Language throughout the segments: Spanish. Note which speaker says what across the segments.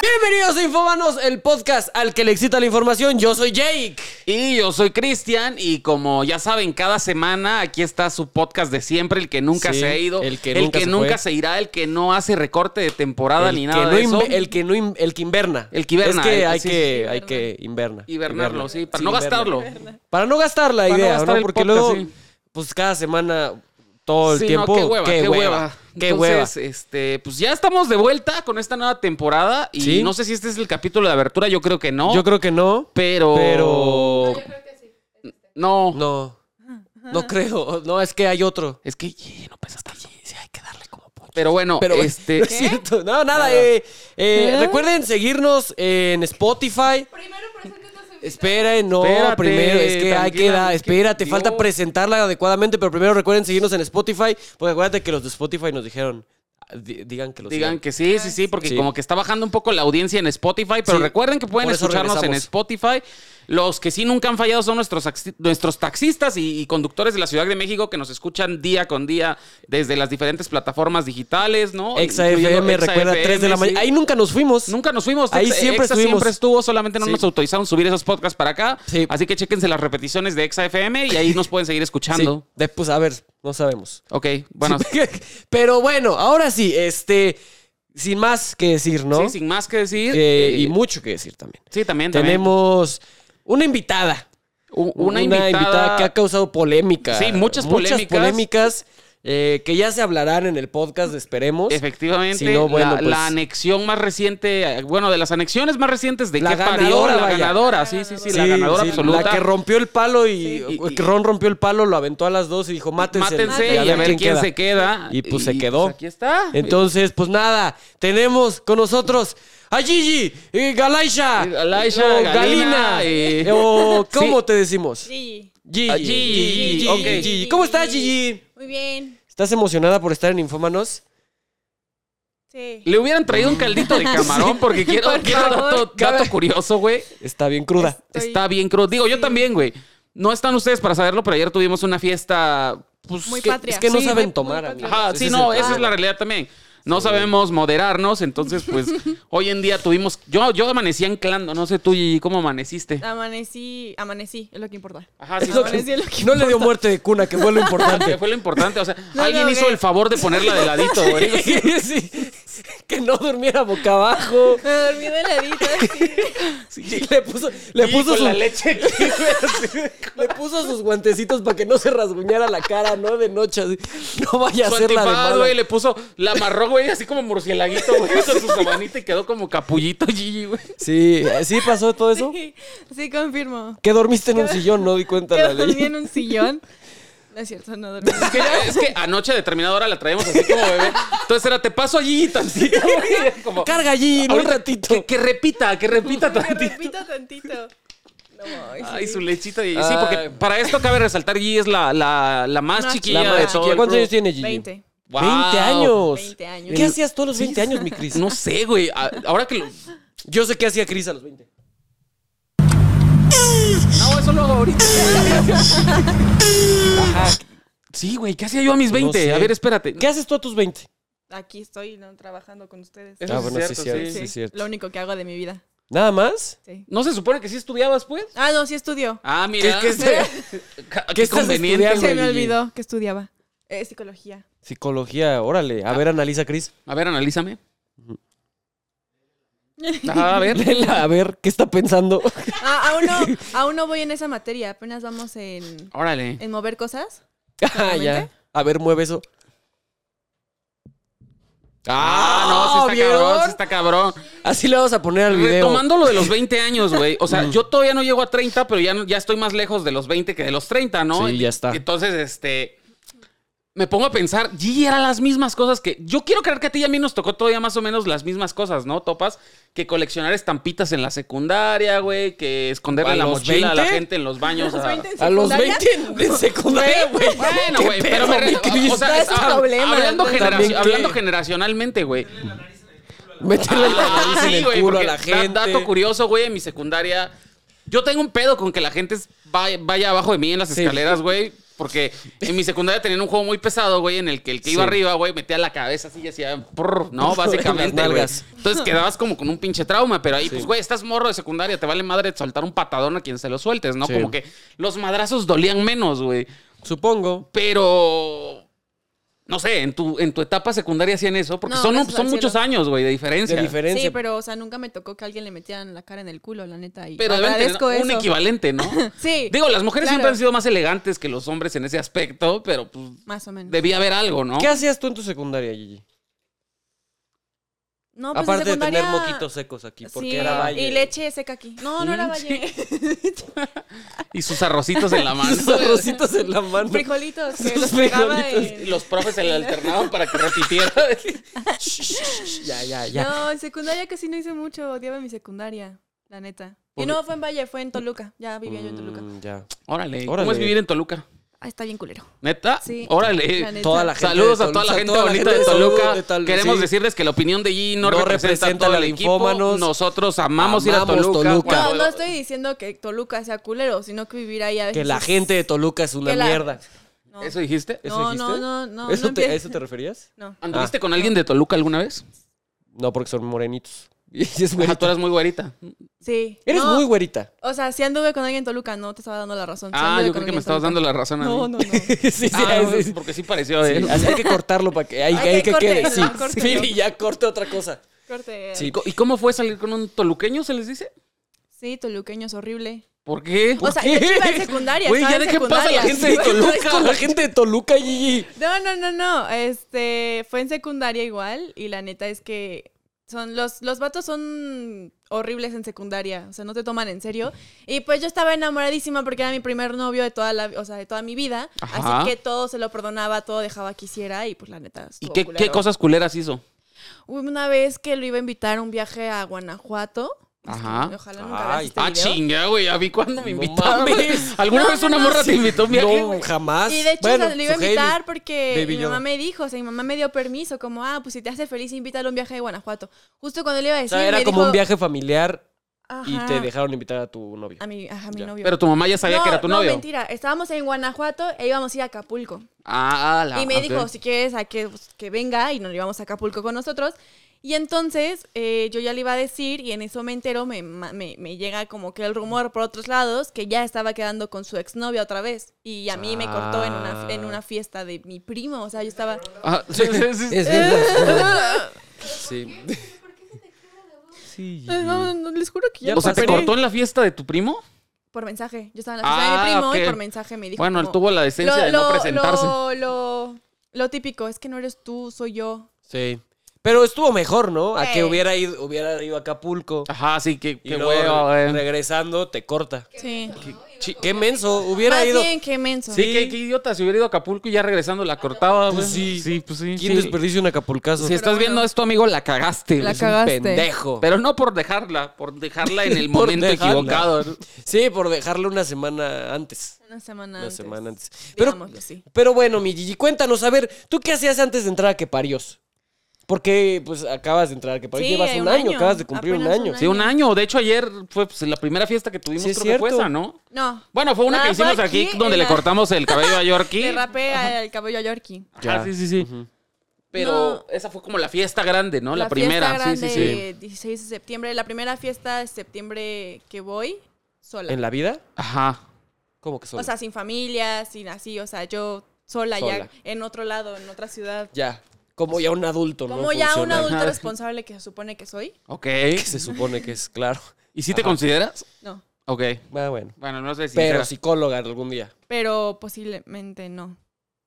Speaker 1: Bienvenidos a Infobanos, el podcast al que le excita la información. Yo soy Jake.
Speaker 2: Y yo soy Cristian y como ya saben, cada semana aquí está su podcast de siempre, el que nunca
Speaker 1: Sí,
Speaker 2: se ha ido,
Speaker 1: el
Speaker 2: el
Speaker 1: que
Speaker 2: que,
Speaker 1: nunca
Speaker 2: nunca,
Speaker 1: se
Speaker 2: se,
Speaker 1: fue.
Speaker 2: irá, el que no hace recorte de temporada Ah, ni nada
Speaker 1: que no
Speaker 2: de eso.
Speaker 1: inve- el que no in- el que inverna.
Speaker 2: El que hiberna,
Speaker 1: Es que
Speaker 2: el-
Speaker 1: hay
Speaker 2: sí,
Speaker 1: que
Speaker 2: sí,
Speaker 1: hay que inverna.
Speaker 2: Hibernarlo,
Speaker 1: Hiberna.
Speaker 2: sí, para no
Speaker 1: hiberna.
Speaker 2: gastarlo.
Speaker 1: Para no gastar la
Speaker 2: Para no
Speaker 1: idea,
Speaker 2: gastar
Speaker 1: ¿no?
Speaker 2: el
Speaker 1: Porque
Speaker 2: podcast,
Speaker 1: luego
Speaker 2: sí.
Speaker 1: pues cada semana todo el
Speaker 2: Sí, no,
Speaker 1: tiempo
Speaker 2: qué hueva, qué, hueva.
Speaker 1: qué
Speaker 2: Entonces,
Speaker 1: hueva.
Speaker 2: este, pues ya estamos de vuelta con esta nueva temporada y
Speaker 1: Sí.
Speaker 2: no sé si este es el capítulo de abertura, yo creo que no.
Speaker 1: Yo creo que no,
Speaker 2: pero
Speaker 1: pero
Speaker 2: no.
Speaker 1: no no creo, no es que hay otro.
Speaker 2: Es que ye, no pues, pesas tanto. hay que darle como Pero bueno,
Speaker 1: Pero
Speaker 2: este
Speaker 1: no es cierto. No, nada. eh, eh, Recuerden seguirnos en Spotify.
Speaker 3: Primero preséntanos en
Speaker 1: Espera, eh, no,
Speaker 2: Espérate,
Speaker 1: primero, es que hay que
Speaker 2: tranquila,
Speaker 1: dar,
Speaker 2: es que
Speaker 1: espérate, falta
Speaker 2: Dios.
Speaker 1: presentarla adecuadamente, pero primero recuerden seguirnos en Spotify, porque acuérdate que los de Spotify nos dijeron, di- digan que los
Speaker 2: Digan
Speaker 1: sigan.
Speaker 2: que sí, sí, sí, porque
Speaker 1: Sí.
Speaker 2: como que está bajando un poco la audiencia en Spotify, pero
Speaker 1: Sí,
Speaker 2: recuerden que pueden
Speaker 1: por eso
Speaker 2: escucharnos en
Speaker 1: regresamos.
Speaker 2: Spotify. Los que sí nunca han fallado son nuestros, taxi- nuestros taxistas y, y conductores de la Ciudad de México que nos escuchan día con día desde las diferentes plataformas digitales, ¿no?
Speaker 1: Exa
Speaker 2: Incluyendo
Speaker 1: FM,
Speaker 2: Exa
Speaker 1: recuerda,
Speaker 2: FM,
Speaker 1: 3 de la
Speaker 2: sí.
Speaker 1: mañana. Ahí nunca nos fuimos.
Speaker 2: Nunca nos fuimos.
Speaker 1: Ahí
Speaker 2: Exa-
Speaker 1: siempre
Speaker 2: Exa
Speaker 1: estuvimos.
Speaker 2: siempre estuvo, solamente no
Speaker 1: Sí.
Speaker 2: nos autorizaron subir esos podcasts para acá.
Speaker 1: Sí.
Speaker 2: Así que chequense las repeticiones de Exa FM y ahí nos pueden seguir
Speaker 1: Sí,
Speaker 2: escuchando.
Speaker 1: Después, a ver, no sabemos.
Speaker 2: Ok, bueno.
Speaker 1: Sí, pero bueno, ahora sí, este, sin más que decir, ¿no?
Speaker 2: Sí, sin más que decir.
Speaker 1: Eh,
Speaker 2: eh,
Speaker 1: y mucho que decir también.
Speaker 2: sí, también, también.
Speaker 1: Tenemos una invitada.
Speaker 2: U- una, invitada
Speaker 1: que ha causado polémica.
Speaker 2: Sí, muchas polémicas.
Speaker 1: polémicas, eh, que ya se hablarán en el podcast, esperemos.
Speaker 2: Efectivamente,
Speaker 1: Si no, bueno,
Speaker 2: la,
Speaker 1: pues-
Speaker 2: la anexión más reciente, eh, bueno, de las anexiones más recientes de
Speaker 1: La
Speaker 2: qué parió,
Speaker 1: ganadora,
Speaker 2: la
Speaker 1: vaya.
Speaker 2: ganadora, sí, sí, sí, la
Speaker 1: Sí,
Speaker 2: ganadora
Speaker 1: sí,
Speaker 2: absoluta.
Speaker 1: La que rompió el palo y, eh,
Speaker 2: Sí.
Speaker 1: que Ron rompió el palo, lo aventó a las dos y dijo, mátense.
Speaker 2: Mátense y a ver quién, se queda.
Speaker 1: Y, pues, se quedó.
Speaker 2: aquí está.
Speaker 1: Entonces, pues nada, tenemos con nosotros a Gigi, y Galaisha,
Speaker 2: Y eh, Galaisha,
Speaker 1: o
Speaker 2: Galina,
Speaker 1: Galina,
Speaker 2: y-
Speaker 1: o ¿cómo
Speaker 2: Sí.
Speaker 1: te decimos?
Speaker 3: Gigi.
Speaker 1: Gigi.
Speaker 2: Ah, Gigi,
Speaker 1: Gigi,
Speaker 2: ok.
Speaker 1: Gigi. ¿Cómo estás, Gigi?
Speaker 3: Muy bien.
Speaker 1: ¿Estás emocionada por estar en Infómanos?
Speaker 3: Sí.
Speaker 2: Le hubieran traído un caldito de camarón porque quiero,
Speaker 3: Por
Speaker 2: quiero
Speaker 3: favor.
Speaker 2: dato, dato curioso, güey.
Speaker 1: Está bien cruda.
Speaker 3: Estoy-
Speaker 2: Está bien crudo. Digo, yo también, güey. No están ustedes para saberlo, pero ayer tuvimos una fiesta, pues,
Speaker 3: Muy
Speaker 2: que-
Speaker 3: patria.
Speaker 1: es que no
Speaker 3: Sí,
Speaker 1: saben
Speaker 3: muy
Speaker 1: tomar,
Speaker 3: patria.
Speaker 1: amigo.
Speaker 2: Ajá,
Speaker 1: Ese
Speaker 2: Ah, sí,
Speaker 1: es
Speaker 2: no,
Speaker 1: el
Speaker 2: esa es
Speaker 1: problema.
Speaker 2: la realidad también. No sabemos moderarnos, entonces pues hoy en día tuvimos... Yo, yo amanecía anclando, no sé tú Gigi, cómo amaneciste.
Speaker 3: Amanecí, amanecí, es lo que importa.
Speaker 2: Ajá, Ah, sí,
Speaker 1: Es lo
Speaker 2: sí.
Speaker 1: que-
Speaker 3: Amanecí, es lo que
Speaker 1: no le dio muerte de cuna, que fue lo
Speaker 2: Que
Speaker 1: importante.
Speaker 2: fue lo importante, o sea,
Speaker 3: No,
Speaker 2: alguien
Speaker 3: no,
Speaker 2: hizo
Speaker 3: que-
Speaker 2: el favor de ponerla de ladito, güey.
Speaker 1: Sí, Que no durmiera boca abajo.
Speaker 3: Me dormí de ladito. así.
Speaker 1: Sí, le puso, le
Speaker 2: Y
Speaker 1: puso
Speaker 2: con
Speaker 1: su-
Speaker 2: la leche aquí, güey, así.
Speaker 1: le puso sus guantecitos para que no se rasguñara la cara, ¿no? De noche. así. No vaya a
Speaker 2: Su
Speaker 1: ser la de
Speaker 2: antifaz,
Speaker 1: mala.
Speaker 2: güey, le puso, la amarró, güey, así como murcielaguito, güey, con su sabanita y quedó como capullito Gigi, güey.
Speaker 1: Sí, sí pasó todo eso.
Speaker 3: Sí, sí, confirmo.
Speaker 1: Que dormiste en un sillón, no di cuenta
Speaker 3: Que
Speaker 1: la
Speaker 3: dormí
Speaker 1: ley.
Speaker 3: en un sillón. No es cierto, no dormí.
Speaker 2: Es que, es que anoche a determinada hora la traemos así como bebé. Entonces era, te paso a Gigi tantito, güey. Como,
Speaker 1: Carga allí, en un
Speaker 2: ahorita,
Speaker 1: ratito.
Speaker 2: Que, que repita, que repita
Speaker 3: Que
Speaker 2: tantito.
Speaker 3: repita tantito. No, ay, sí.
Speaker 2: Ay, su lechita. Y,
Speaker 1: Ay.
Speaker 2: sí, porque para esto cabe resaltar, Gigi es la, la, la más
Speaker 3: Más
Speaker 2: chiquilla
Speaker 3: chiquilla.
Speaker 2: de todo. el
Speaker 1: ¿Cuántos
Speaker 2: crew.
Speaker 1: años tiene Gigi?
Speaker 3: 20.
Speaker 2: Wow.
Speaker 1: 20 años.
Speaker 3: 20 años.
Speaker 1: ¿Qué hacías tú a los 20 años, mi Cris?
Speaker 2: No sé, güey. A- Ahora que lo... No,
Speaker 1: Yo sé qué hacía Cris a los 20.
Speaker 2: eso lo hago ahorita. Sí, güey. ¿Qué hacía yo a mis 20?
Speaker 1: No sé.
Speaker 2: A ver, espérate.
Speaker 1: ¿Qué haces tú a tus 20?
Speaker 3: Aquí estoy ¿no? trabajando con ustedes.
Speaker 2: Eso
Speaker 1: Ah,
Speaker 2: es
Speaker 1: bueno, sí,
Speaker 2: cierto,
Speaker 1: sí, sí, es cierto.
Speaker 3: Lo único que hago de mi vida.
Speaker 1: ¿Nada más?
Speaker 3: Sí.
Speaker 2: ¿No se supone que sí estudiabas, pues?
Speaker 3: Ah, no, sí estudio.
Speaker 2: Ah, mira.
Speaker 1: ¿Qué- qué
Speaker 2: Qué
Speaker 1: qué estás
Speaker 2: conveniente.
Speaker 1: estudiando?
Speaker 2: güey.
Speaker 3: Se me
Speaker 1: Gigi.
Speaker 3: olvidó que estudiaba. Eh, psicología.
Speaker 1: Psicología, órale. A ver, analiza, Cris.
Speaker 2: A ver, analízame. Ah, a ver.
Speaker 1: Lela, a ver, ¿qué está pensando?
Speaker 3: Ah, aún, no, aún no voy en esa materia, apenas vamos en,
Speaker 2: Órale.
Speaker 3: en mover cosas.
Speaker 1: Ah, ya. A ver, mueve eso.
Speaker 2: Ah, no, sí está
Speaker 1: ¿vieron?
Speaker 2: cabrón, sí está cabrón.
Speaker 1: Así le vamos a poner al video. Mm.
Speaker 2: Retomando lo de los 20 años, güey. O sea, yo todavía no llego a 30, pero ya, no- ya estoy más lejos de los 20 que de los 30, ¿no?
Speaker 1: Sí, ya está.
Speaker 2: Entonces, este. Me pongo a pensar, Gigi era las mismas cosas que. Yo quiero creer que a ti y a mí nos tocó todavía más o menos las mismas cosas, ¿no? Topas que coleccionar estampitas en la secundaria, güey, que esconderle
Speaker 1: ¿A
Speaker 2: la
Speaker 1: los
Speaker 2: mochila a la
Speaker 1: 20?
Speaker 2: gente en los baños.
Speaker 3: Los
Speaker 2: a-
Speaker 3: 20 en
Speaker 1: A los
Speaker 3: secundaria.
Speaker 1: 20 en- en secundaria, güey.
Speaker 2: Bueno,
Speaker 1: Qué
Speaker 2: güey, pero
Speaker 1: pedo,
Speaker 2: me
Speaker 1: mi
Speaker 2: re-
Speaker 1: Cris.
Speaker 2: o sea, ah,
Speaker 3: es
Speaker 2: hab-
Speaker 3: problema.
Speaker 2: hablando,
Speaker 3: También
Speaker 2: generaci-
Speaker 1: que-
Speaker 2: hablando generacionalmente, güey.
Speaker 1: Métele la
Speaker 2: Ah,
Speaker 1: nariz en
Speaker 2: sí,
Speaker 1: el
Speaker 2: güey,
Speaker 1: culo a
Speaker 2: porque
Speaker 1: la
Speaker 2: da-
Speaker 1: gente.
Speaker 2: dato curioso, güey, en mi secundaria. Yo tengo un pedo con que la gente es- va- vaya, abajo de mí en las
Speaker 1: Sí.
Speaker 2: escaleras, güey. Porque en mi secundaria tenían un juego muy pesado, güey, en el que el que iba
Speaker 1: Sí.
Speaker 2: arriba, güey, metía la cabeza así y hacía, prrr, ¿no? Básicamente,
Speaker 1: Las
Speaker 2: güey.
Speaker 1: nalgas.
Speaker 2: Entonces quedabas como con un pinche trauma, pero ahí, pues, güey, estás morro de secundaria, te vale madre soltar un patadón a quien se lo sueltes, ¿no?
Speaker 1: Sí.
Speaker 2: Como que los madrazos dolían menos, güey.
Speaker 1: Supongo.
Speaker 2: Pero. No sé, en tu, en tu etapa secundaria hacían eso, porque
Speaker 3: No,
Speaker 2: son, un-
Speaker 3: gracias
Speaker 2: son
Speaker 3: al
Speaker 2: muchos
Speaker 3: cielo.
Speaker 2: años, güey, de
Speaker 1: De
Speaker 2: diferencia.
Speaker 1: diferencia.
Speaker 3: Sí, pero, o sea, nunca me tocó que alguien le metieran la cara en el culo, la neta. Y
Speaker 2: Pero deben tener
Speaker 3: agradezco
Speaker 2: un
Speaker 3: eso.
Speaker 2: equivalente, ¿no?
Speaker 3: Sí.
Speaker 2: Digo, las mujeres
Speaker 3: Claro.
Speaker 2: siempre han sido más elegantes que los hombres en ese aspecto, pero pues,
Speaker 3: Más o menos.
Speaker 2: debía haber algo, ¿no? pues
Speaker 1: ¿Qué hacías tú en tu secundaria, Gigi?
Speaker 3: No, pues
Speaker 1: Aparte de tener
Speaker 3: secundaria-
Speaker 1: moquitos secos aquí, porque
Speaker 3: Sí,
Speaker 1: era valle.
Speaker 3: Y leche seca aquí. No, no era
Speaker 2: Mm,
Speaker 3: valle.
Speaker 2: Y sus arrocitos en la mano.
Speaker 1: Sus arrocitos en la mano.
Speaker 3: Frijolitos que
Speaker 1: Sus
Speaker 3: los pegaba
Speaker 1: frijolitos.
Speaker 2: Y
Speaker 3: en-
Speaker 2: los profes se le alternaban para que repitiera.
Speaker 1: Ya, ya, ya.
Speaker 3: No, en secundaria casi no hice mucho. Odiaba mi secundaria, la neta.
Speaker 1: Por-
Speaker 3: Y no fue en Valle, fue en Toluca. Ya vivía yo en Toluca.
Speaker 1: Mm, ya.
Speaker 2: Órale, ¿cómo
Speaker 1: Órale.
Speaker 2: es vivir en Toluca?
Speaker 3: Ah, está bien culero.
Speaker 2: ¿Neta?
Speaker 3: Sí, la
Speaker 2: Órale.
Speaker 3: neta.
Speaker 1: Toda la gente
Speaker 2: Saludos
Speaker 1: de
Speaker 2: a toda la
Speaker 1: Toluca,
Speaker 2: gente
Speaker 1: toda la
Speaker 2: bonita
Speaker 1: gente
Speaker 2: de
Speaker 1: de Toluca,
Speaker 2: Toluca.
Speaker 1: de Tal-
Speaker 2: Queremos
Speaker 1: sí.
Speaker 2: decirles que la opinión de G no,
Speaker 1: No
Speaker 2: representa, a
Speaker 1: representa
Speaker 2: todo
Speaker 1: a
Speaker 2: el equipo.
Speaker 1: Linfómanos.
Speaker 2: Nosotros amamos, ir a
Speaker 1: Amamos
Speaker 2: Toluca.
Speaker 1: Toluca.
Speaker 2: Cuando-
Speaker 3: No, no estoy diciendo que Toluca sea culero, sino que vivir ahí a veces.
Speaker 1: Que la
Speaker 3: es-
Speaker 1: gente de Toluca es una
Speaker 3: Que la-
Speaker 1: mierda.
Speaker 3: No.
Speaker 2: ¿Eso dijiste?
Speaker 1: ¿Eso
Speaker 3: No,
Speaker 1: dijiste?
Speaker 3: no, no, no,
Speaker 1: ¿Eso
Speaker 3: no
Speaker 1: te- ¿A
Speaker 3: empie-
Speaker 1: eso te referías?
Speaker 3: No.
Speaker 2: ¿Anduviste
Speaker 1: Ah.
Speaker 2: con alguien de Toluca alguna vez?
Speaker 1: No, porque son morenitos. Y es
Speaker 2: Ajá,
Speaker 1: güerita.
Speaker 2: tú eres muy güerita.
Speaker 3: Sí.
Speaker 1: Eres
Speaker 3: No,
Speaker 1: muy güerita.
Speaker 3: O sea, si anduve con alguien en Toluca, no te estaba dando la razón. Sí
Speaker 2: Ah,
Speaker 3: anduve
Speaker 2: yo
Speaker 3: con
Speaker 2: creo que me
Speaker 3: alguien en
Speaker 2: estabas dando
Speaker 3: Toluca.
Speaker 2: la razón a mí.
Speaker 3: No, no, no.
Speaker 1: sí, sí,
Speaker 2: Ah,
Speaker 1: sí, sí.
Speaker 2: porque sí pareció de él.
Speaker 1: Así hay que cortarlo para que, hay,
Speaker 3: Ay,
Speaker 1: hay
Speaker 3: que
Speaker 1: que
Speaker 3: corte,
Speaker 1: quede.
Speaker 3: no,
Speaker 1: Sí,
Speaker 3: corte,
Speaker 1: sí,
Speaker 3: no.
Speaker 1: y ya corte otra cosa.
Speaker 3: Corte.
Speaker 1: Sí.
Speaker 3: Sí.
Speaker 2: ¿Y co- ¿Y cómo fue salir con un toluqueño, se les dice?
Speaker 3: toluqueño es horrible.
Speaker 2: ¿Por qué?
Speaker 3: O sea, yo sí iba en secundaria.
Speaker 2: Güey,
Speaker 3: estaba
Speaker 2: ya
Speaker 3: en
Speaker 2: de qué pasa la gente
Speaker 3: secundaria.
Speaker 2: de
Speaker 1: Toluca, con
Speaker 2: Toluca.
Speaker 1: la gente de Toluca, Gigi.
Speaker 3: No, no, no, no. Este, fue en secundaria igual y la neta es que son los los vatos son horribles en secundaria, o sea, no te toman en serio. Y pues yo estaba enamoradísima porque era mi primer novio de toda la, o sea, de toda mi vida,
Speaker 2: Ajá.
Speaker 3: así que todo se lo perdonaba, todo dejaba que hiciera y pues la neta
Speaker 2: ¿Y
Speaker 3: estuvo
Speaker 2: qué,
Speaker 3: culero.
Speaker 2: qué cosas culeras hizo?
Speaker 3: Hubo Una vez que lo iba a invitar a un viaje a Guanajuato. Es que
Speaker 2: Ajá.
Speaker 3: Ojalá nunca veas
Speaker 1: Ay,
Speaker 3: este
Speaker 2: Ah,
Speaker 3: video.
Speaker 2: chinga, güey. Ya vi cuando me
Speaker 1: No
Speaker 2: invitaron.
Speaker 1: mames.
Speaker 2: ¿Alguna
Speaker 3: No,
Speaker 2: vez
Speaker 3: no,
Speaker 2: una
Speaker 3: no,
Speaker 2: morra te
Speaker 3: sí.
Speaker 2: invitó a un viaje? güey?
Speaker 1: No, jamás.
Speaker 3: Y de hecho,
Speaker 1: Bueno, pues,
Speaker 3: o sea, le iba a
Speaker 1: su Hailey.
Speaker 3: invitar porque
Speaker 1: Baby
Speaker 3: mi mamá
Speaker 1: Yoda.
Speaker 3: me dijo, o sea, mi mamá me dio permiso, como, ah, pues si te hace feliz, invítalo a un viaje de Guanajuato. Justo cuando le iba a
Speaker 1: O
Speaker 3: decir,
Speaker 1: sea, era
Speaker 3: me
Speaker 1: como
Speaker 3: dijo,
Speaker 1: un viaje familiar y
Speaker 3: "Ajá,
Speaker 1: te dejaron invitar a tu novio.
Speaker 3: A mi, ajá, a mi
Speaker 1: Ya.
Speaker 3: novio.
Speaker 2: Pero tu mamá ya sabía
Speaker 3: no,
Speaker 2: que era tu
Speaker 3: no,
Speaker 2: novio.
Speaker 3: mentira. Estábamos en Guanajuato e íbamos a ir a Acapulco.
Speaker 2: Ah, la
Speaker 3: y me
Speaker 2: ok.
Speaker 3: dijo, si quieres, a que, pues, que venga y nos llevamos a Acapulco con nosotros. Y entonces eh, yo ya le iba a decir y en eso me entero, me, ma- me, me llega como que el rumor por otros lados que ya estaba quedando con su exnovia otra vez. Y a mí me cortó en una, en una fiesta de mi primo. O sea, yo estaba... Eh,
Speaker 2: Ah, sí, sí, sí.
Speaker 1: Es verdad. Sí. Sí.
Speaker 3: Eh, No, no, les juro que
Speaker 1: Ya
Speaker 3: ya
Speaker 2: O sea, ¿te
Speaker 1: pasé.
Speaker 2: cortó en la fiesta de tu primo?
Speaker 3: Por mensaje. Yo estaba en la fiesta de mi
Speaker 2: Ah,
Speaker 3: primo y
Speaker 2: ok.
Speaker 3: por mensaje me dijo.
Speaker 2: Bueno, él
Speaker 3: como,
Speaker 2: tuvo la decencia de no presentarse.
Speaker 3: Lo, lo- lo típico es que no eres tú, soy yo.
Speaker 1: Sí. Pero estuvo mejor, ¿no? A que
Speaker 3: Eh.
Speaker 1: hubiera ido, hubiera ido a Acapulco.
Speaker 2: Ajá, sí, qué,
Speaker 1: Y
Speaker 2: Ah, qué
Speaker 1: luego
Speaker 2: hueva, güey.
Speaker 1: regresando te corta.
Speaker 3: Sí.
Speaker 1: Chi- Qué menso. Hubiera
Speaker 3: Más
Speaker 1: ido.
Speaker 3: bien, qué menso.
Speaker 2: Sí, qué, qué idiota. Si hubiera ido a Acapulco y ya regresando la cortaba, güey.
Speaker 1: Pues sí.
Speaker 2: sí, pues sí.
Speaker 1: ¿Quién
Speaker 2: sí.
Speaker 1: desperdicia un acapulcazo?
Speaker 2: Si estás viendo esto, amigo, la cagaste.
Speaker 3: La
Speaker 2: güey.
Speaker 1: Es un
Speaker 3: cagaste.
Speaker 1: pendejo.
Speaker 2: Pero no por dejarla, por dejarla en el
Speaker 1: Por
Speaker 2: momento
Speaker 1: dejarla.
Speaker 2: equivocado. ¿no?
Speaker 1: Sí, por dejarlo una semana antes.
Speaker 3: Una semana
Speaker 1: Una
Speaker 3: antes.
Speaker 1: semana antes. Pero,
Speaker 3: Digámoslo, sí.
Speaker 1: pero bueno, mi Gigi, cuéntanos, a ver, ¿tú qué hacías antes de entrar a Que Parios? Porque pues acabas de entrar a Que Parios,
Speaker 3: Sí,
Speaker 1: llevas un,
Speaker 3: eh, un
Speaker 1: año,
Speaker 3: año.
Speaker 1: acabas de cumplir un
Speaker 3: Apenas un
Speaker 1: año.
Speaker 3: año.
Speaker 2: Sí, un año. De hecho, ayer fue pues, la primera fiesta que tuvimos,
Speaker 1: Sí, es
Speaker 2: creo que fue
Speaker 1: cierto.
Speaker 2: esa, ¿no?
Speaker 3: No.
Speaker 2: Bueno, fue una
Speaker 3: Ah,
Speaker 2: que
Speaker 3: fue
Speaker 2: hicimos aquí,
Speaker 3: aquí,
Speaker 2: donde
Speaker 3: en
Speaker 2: le
Speaker 3: la-
Speaker 2: cortamos el cabello a
Speaker 3: Le
Speaker 2: Yorkie.
Speaker 3: rapé el cabello a Yorkie.
Speaker 2: Ajá,
Speaker 1: Ya.
Speaker 2: sí, sí, sí. Pero
Speaker 3: No.
Speaker 2: esa fue como la fiesta grande, ¿no? La,
Speaker 3: La
Speaker 2: primera.
Speaker 3: Fiesta grande,
Speaker 2: Sí, sí, sí.
Speaker 3: 16 de septiembre. La primera fiesta de septiembre que voy sola.
Speaker 1: ¿En la vida?
Speaker 2: Ajá.
Speaker 1: ¿Cómo que son?
Speaker 3: O sea, sin familia, sin así. O sea, yo sola,
Speaker 1: Sola.
Speaker 3: ya en otro lado, en otra ciudad.
Speaker 1: ya, como ya un adulto, ¿no?
Speaker 3: Como ya un
Speaker 1: Funcional.
Speaker 3: adulto
Speaker 2: Ajá.
Speaker 3: responsable que se supone que soy.
Speaker 2: Ok.
Speaker 1: Que se supone que es, claro.
Speaker 2: ¿Y si te
Speaker 1: Ajá.
Speaker 2: consideras?
Speaker 3: No.
Speaker 2: Ok.
Speaker 1: Ah, bueno.
Speaker 2: Bueno, no sé si.
Speaker 1: Pero psicóloga algún día.
Speaker 2: Ah,
Speaker 3: Pero posiblemente no.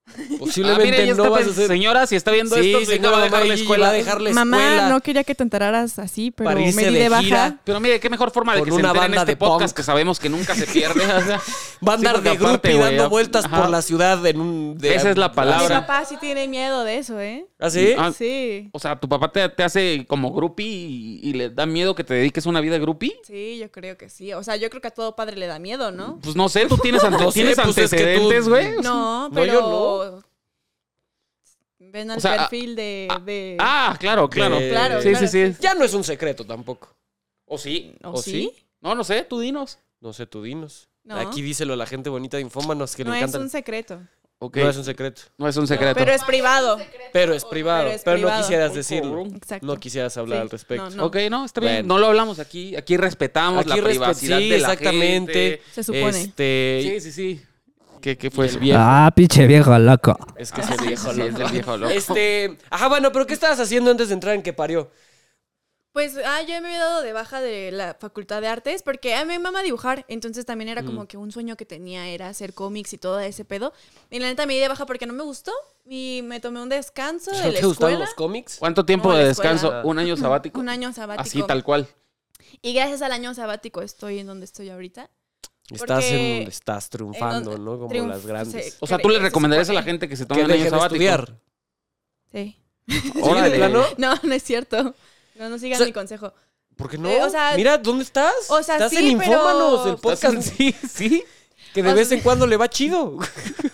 Speaker 2: Ah,
Speaker 1: Posiblemente no vas a ser...
Speaker 2: Señora, si está viendo
Speaker 1: Sí,
Speaker 2: esto,
Speaker 1: señora,
Speaker 2: señora, va a dejar
Speaker 1: mamá,
Speaker 2: la
Speaker 1: Gigi va a
Speaker 2: escuela.
Speaker 1: dejar la
Speaker 3: Mamá,
Speaker 1: escuela.
Speaker 3: no quería que te enteraras así, pero
Speaker 1: Para irse
Speaker 3: me di
Speaker 1: de
Speaker 3: de baja.
Speaker 1: gira.
Speaker 2: Pero mire, qué mejor forma de
Speaker 1: Con
Speaker 2: que se
Speaker 1: una
Speaker 2: enteren
Speaker 1: banda
Speaker 2: este
Speaker 1: de
Speaker 2: podcast
Speaker 1: punk.
Speaker 2: que sabemos que nunca se pierde. o sea.
Speaker 1: Va a andar
Speaker 2: Sí, porque
Speaker 1: de grupo
Speaker 2: aparte,
Speaker 1: y
Speaker 2: güey,
Speaker 1: dando
Speaker 2: ya-
Speaker 1: vueltas
Speaker 2: ajá.
Speaker 1: por la ciudad en un... de-
Speaker 2: Esa es la
Speaker 3: Mi
Speaker 2: palabra.
Speaker 3: papá sí tiene miedo de eso, ¿eh?
Speaker 1: ¿Ah, sí?
Speaker 2: Ah,
Speaker 3: Sí.
Speaker 2: O sea, tu papá te, te hace como grupi y, y le da miedo que te dediques a una vida grupi.
Speaker 3: Sí, yo creo que sí. O sea, yo creo que a todo padre le da miedo, ¿no?
Speaker 2: Pues no sé, tú tienes, ante-
Speaker 1: No sé,
Speaker 2: tienes
Speaker 1: pues, es que tú-
Speaker 2: antecedentes, güey.
Speaker 1: No,
Speaker 3: No, pero...
Speaker 1: yo
Speaker 3: Ven al
Speaker 2: O sea,
Speaker 3: perfil de... de-
Speaker 2: Ah, claro, claro.
Speaker 1: De-
Speaker 3: Claro,
Speaker 2: sí,
Speaker 3: claro,
Speaker 2: sí, sí,
Speaker 1: Ya no es un secreto tampoco.
Speaker 2: O sí.
Speaker 3: ¿O,
Speaker 1: ¿o
Speaker 3: sí?
Speaker 1: sí?
Speaker 2: No, no sé, tú dinos.
Speaker 1: No sé, tú dinos.
Speaker 3: No,
Speaker 1: Aquí díselo a la gente bonita de Infómanos que
Speaker 3: no
Speaker 1: le
Speaker 3: es
Speaker 1: encantan.
Speaker 3: un secreto.
Speaker 2: Ok.
Speaker 1: No es un secreto.
Speaker 2: No es un secreto.
Speaker 3: Pero es privado.
Speaker 1: Pero es privado. Pero,
Speaker 3: es privado.
Speaker 1: no quisieras
Speaker 2: Muy
Speaker 1: decirlo.
Speaker 2: cabrón.
Speaker 3: Exacto.
Speaker 1: No quisieras hablar
Speaker 3: Sí.
Speaker 1: al respecto.
Speaker 3: No, no.
Speaker 2: Ok, no, está bien.
Speaker 1: Bueno.
Speaker 2: No lo hablamos aquí. Aquí respetamos la
Speaker 1: Aquí respe-
Speaker 2: privacidad
Speaker 1: sí,
Speaker 2: de la
Speaker 1: exactamente.
Speaker 2: gente.
Speaker 3: Se supone.
Speaker 1: Este,
Speaker 2: Sí, sí, sí. ¿Qué, qué fue
Speaker 1: Y el
Speaker 2: eso?
Speaker 1: viejo.
Speaker 4: Ah, pinche viejo loco.
Speaker 1: Es que es
Speaker 2: Ah,
Speaker 1: el
Speaker 2: sí,
Speaker 1: viejo
Speaker 2: sí,
Speaker 1: loco.
Speaker 2: es el viejo loco.
Speaker 1: Este, ajá, bueno, pero ¿qué estabas haciendo antes de entrar en que parió?
Speaker 3: Pues, ah, yo me había dado de baja de la Facultad de Artes porque a mí me mama dibujar. Entonces también era como que un sueño que tenía era hacer cómics y todo ese pedo. Y la neta me di de baja porque no me gustó y me tomé un descanso de
Speaker 1: ¿No
Speaker 3: la
Speaker 1: te gustaban
Speaker 3: escuela.
Speaker 1: los cómics?
Speaker 2: ¿Cuánto tiempo
Speaker 3: No,
Speaker 2: de
Speaker 3: la escuela.
Speaker 2: descanso? ¿Un año sabático?
Speaker 3: Un año sabático.
Speaker 2: Así, tal cual.
Speaker 3: Y gracias al año sabático estoy en donde estoy ahorita.
Speaker 1: Estás,
Speaker 3: Porque-
Speaker 1: en, estás triunfando,
Speaker 3: en
Speaker 1: ¿no? Como
Speaker 3: triunf-
Speaker 1: las grandes.
Speaker 3: se-
Speaker 2: O sea, ¿tú le
Speaker 3: se
Speaker 2: recomendarías a la
Speaker 3: supone.
Speaker 2: gente que se
Speaker 1: Que
Speaker 2: tome un año
Speaker 1: dejen de
Speaker 2: sabático?
Speaker 1: estudiar.
Speaker 3: Sí.
Speaker 1: ¿Sí, de plano?
Speaker 2: Órale.
Speaker 3: No, no es cierto. No, no sigan
Speaker 1: O sea-
Speaker 3: mi consejo.
Speaker 1: Porque no.
Speaker 3: Eh, o sea-
Speaker 1: Mira, ¿dónde estás?
Speaker 3: O sea,
Speaker 1: estás
Speaker 3: sí,
Speaker 1: en Infómanos,
Speaker 3: pero-
Speaker 1: el podcast. Sí, sí. Que de
Speaker 3: O sea,
Speaker 1: vez en cuando le va chido.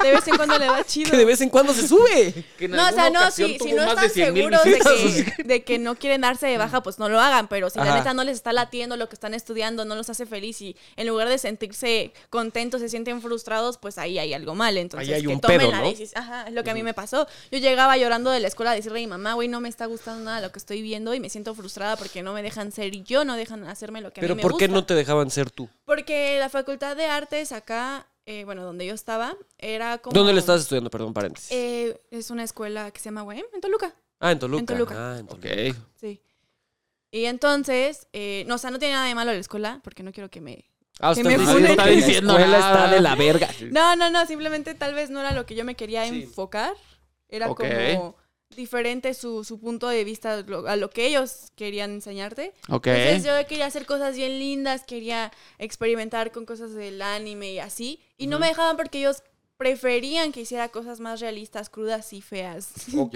Speaker 3: De vez en cuando le va chido.
Speaker 1: que de vez en cuando se sube.
Speaker 2: Que en
Speaker 3: No, o sea,
Speaker 2: alguna
Speaker 3: no,
Speaker 2: ocasión
Speaker 3: si,
Speaker 2: tuvo
Speaker 3: si no
Speaker 2: más
Speaker 3: están
Speaker 2: 100,000
Speaker 3: seguros de
Speaker 2: visitas.
Speaker 3: que, de que no quieren darse de baja, pues no lo hagan. Pero si
Speaker 1: Ajá.
Speaker 3: la neta no les está latiendo lo que están estudiando, no los hace feliz y en lugar de sentirse contentos, se sienten frustrados, pues ahí hay algo mal. Entonces,
Speaker 1: Ahí hay
Speaker 3: que
Speaker 1: un
Speaker 3: tomen
Speaker 1: pedo,
Speaker 3: la
Speaker 1: ¿no?
Speaker 3: decisión. Ajá, es lo que a mí me pasó. Yo llegaba llorando de la escuela a decirle a mi mamá, güey, no me está gustando nada lo que estoy viendo y me siento frustrada porque no me dejan ser yo, no dejan hacerme lo que a
Speaker 1: Pero
Speaker 3: mí me
Speaker 1: ¿por qué
Speaker 3: gusta.
Speaker 1: no te dejaban ser tú?
Speaker 3: Porque la Facultad de Artes acá, eh, bueno, donde yo estaba, era como...
Speaker 1: ¿Dónde le estabas estudiando? Perdón, paréntesis.
Speaker 3: Eh, es una escuela que se llama WEM, en Toluca.
Speaker 1: ah, en Toluca.
Speaker 3: en Toluca.
Speaker 1: Ah, en Toluca.
Speaker 2: Ok.
Speaker 3: Sí. Y entonces, eh, no, o sea, no tiene nada de malo la escuela, porque no quiero que me...
Speaker 1: Ah,
Speaker 3: Que
Speaker 1: usted
Speaker 3: me
Speaker 1: dice que
Speaker 3: funen. No está
Speaker 1: la
Speaker 2: diciendo
Speaker 1: escuela
Speaker 2: nada.
Speaker 1: está de la verga.
Speaker 3: No, no, no, simplemente tal vez no era lo que yo me quería enfocar. Era
Speaker 2: Ok.
Speaker 3: como diferente su, su punto de vista lo- a lo que ellos querían enseñarte.
Speaker 2: Ok.
Speaker 3: Entonces yo quería hacer cosas bien lindas, quería experimentar con cosas del anime y así. Y no me dejaban porque ellos preferían que hiciera cosas más realistas, crudas y feas.
Speaker 2: Ok.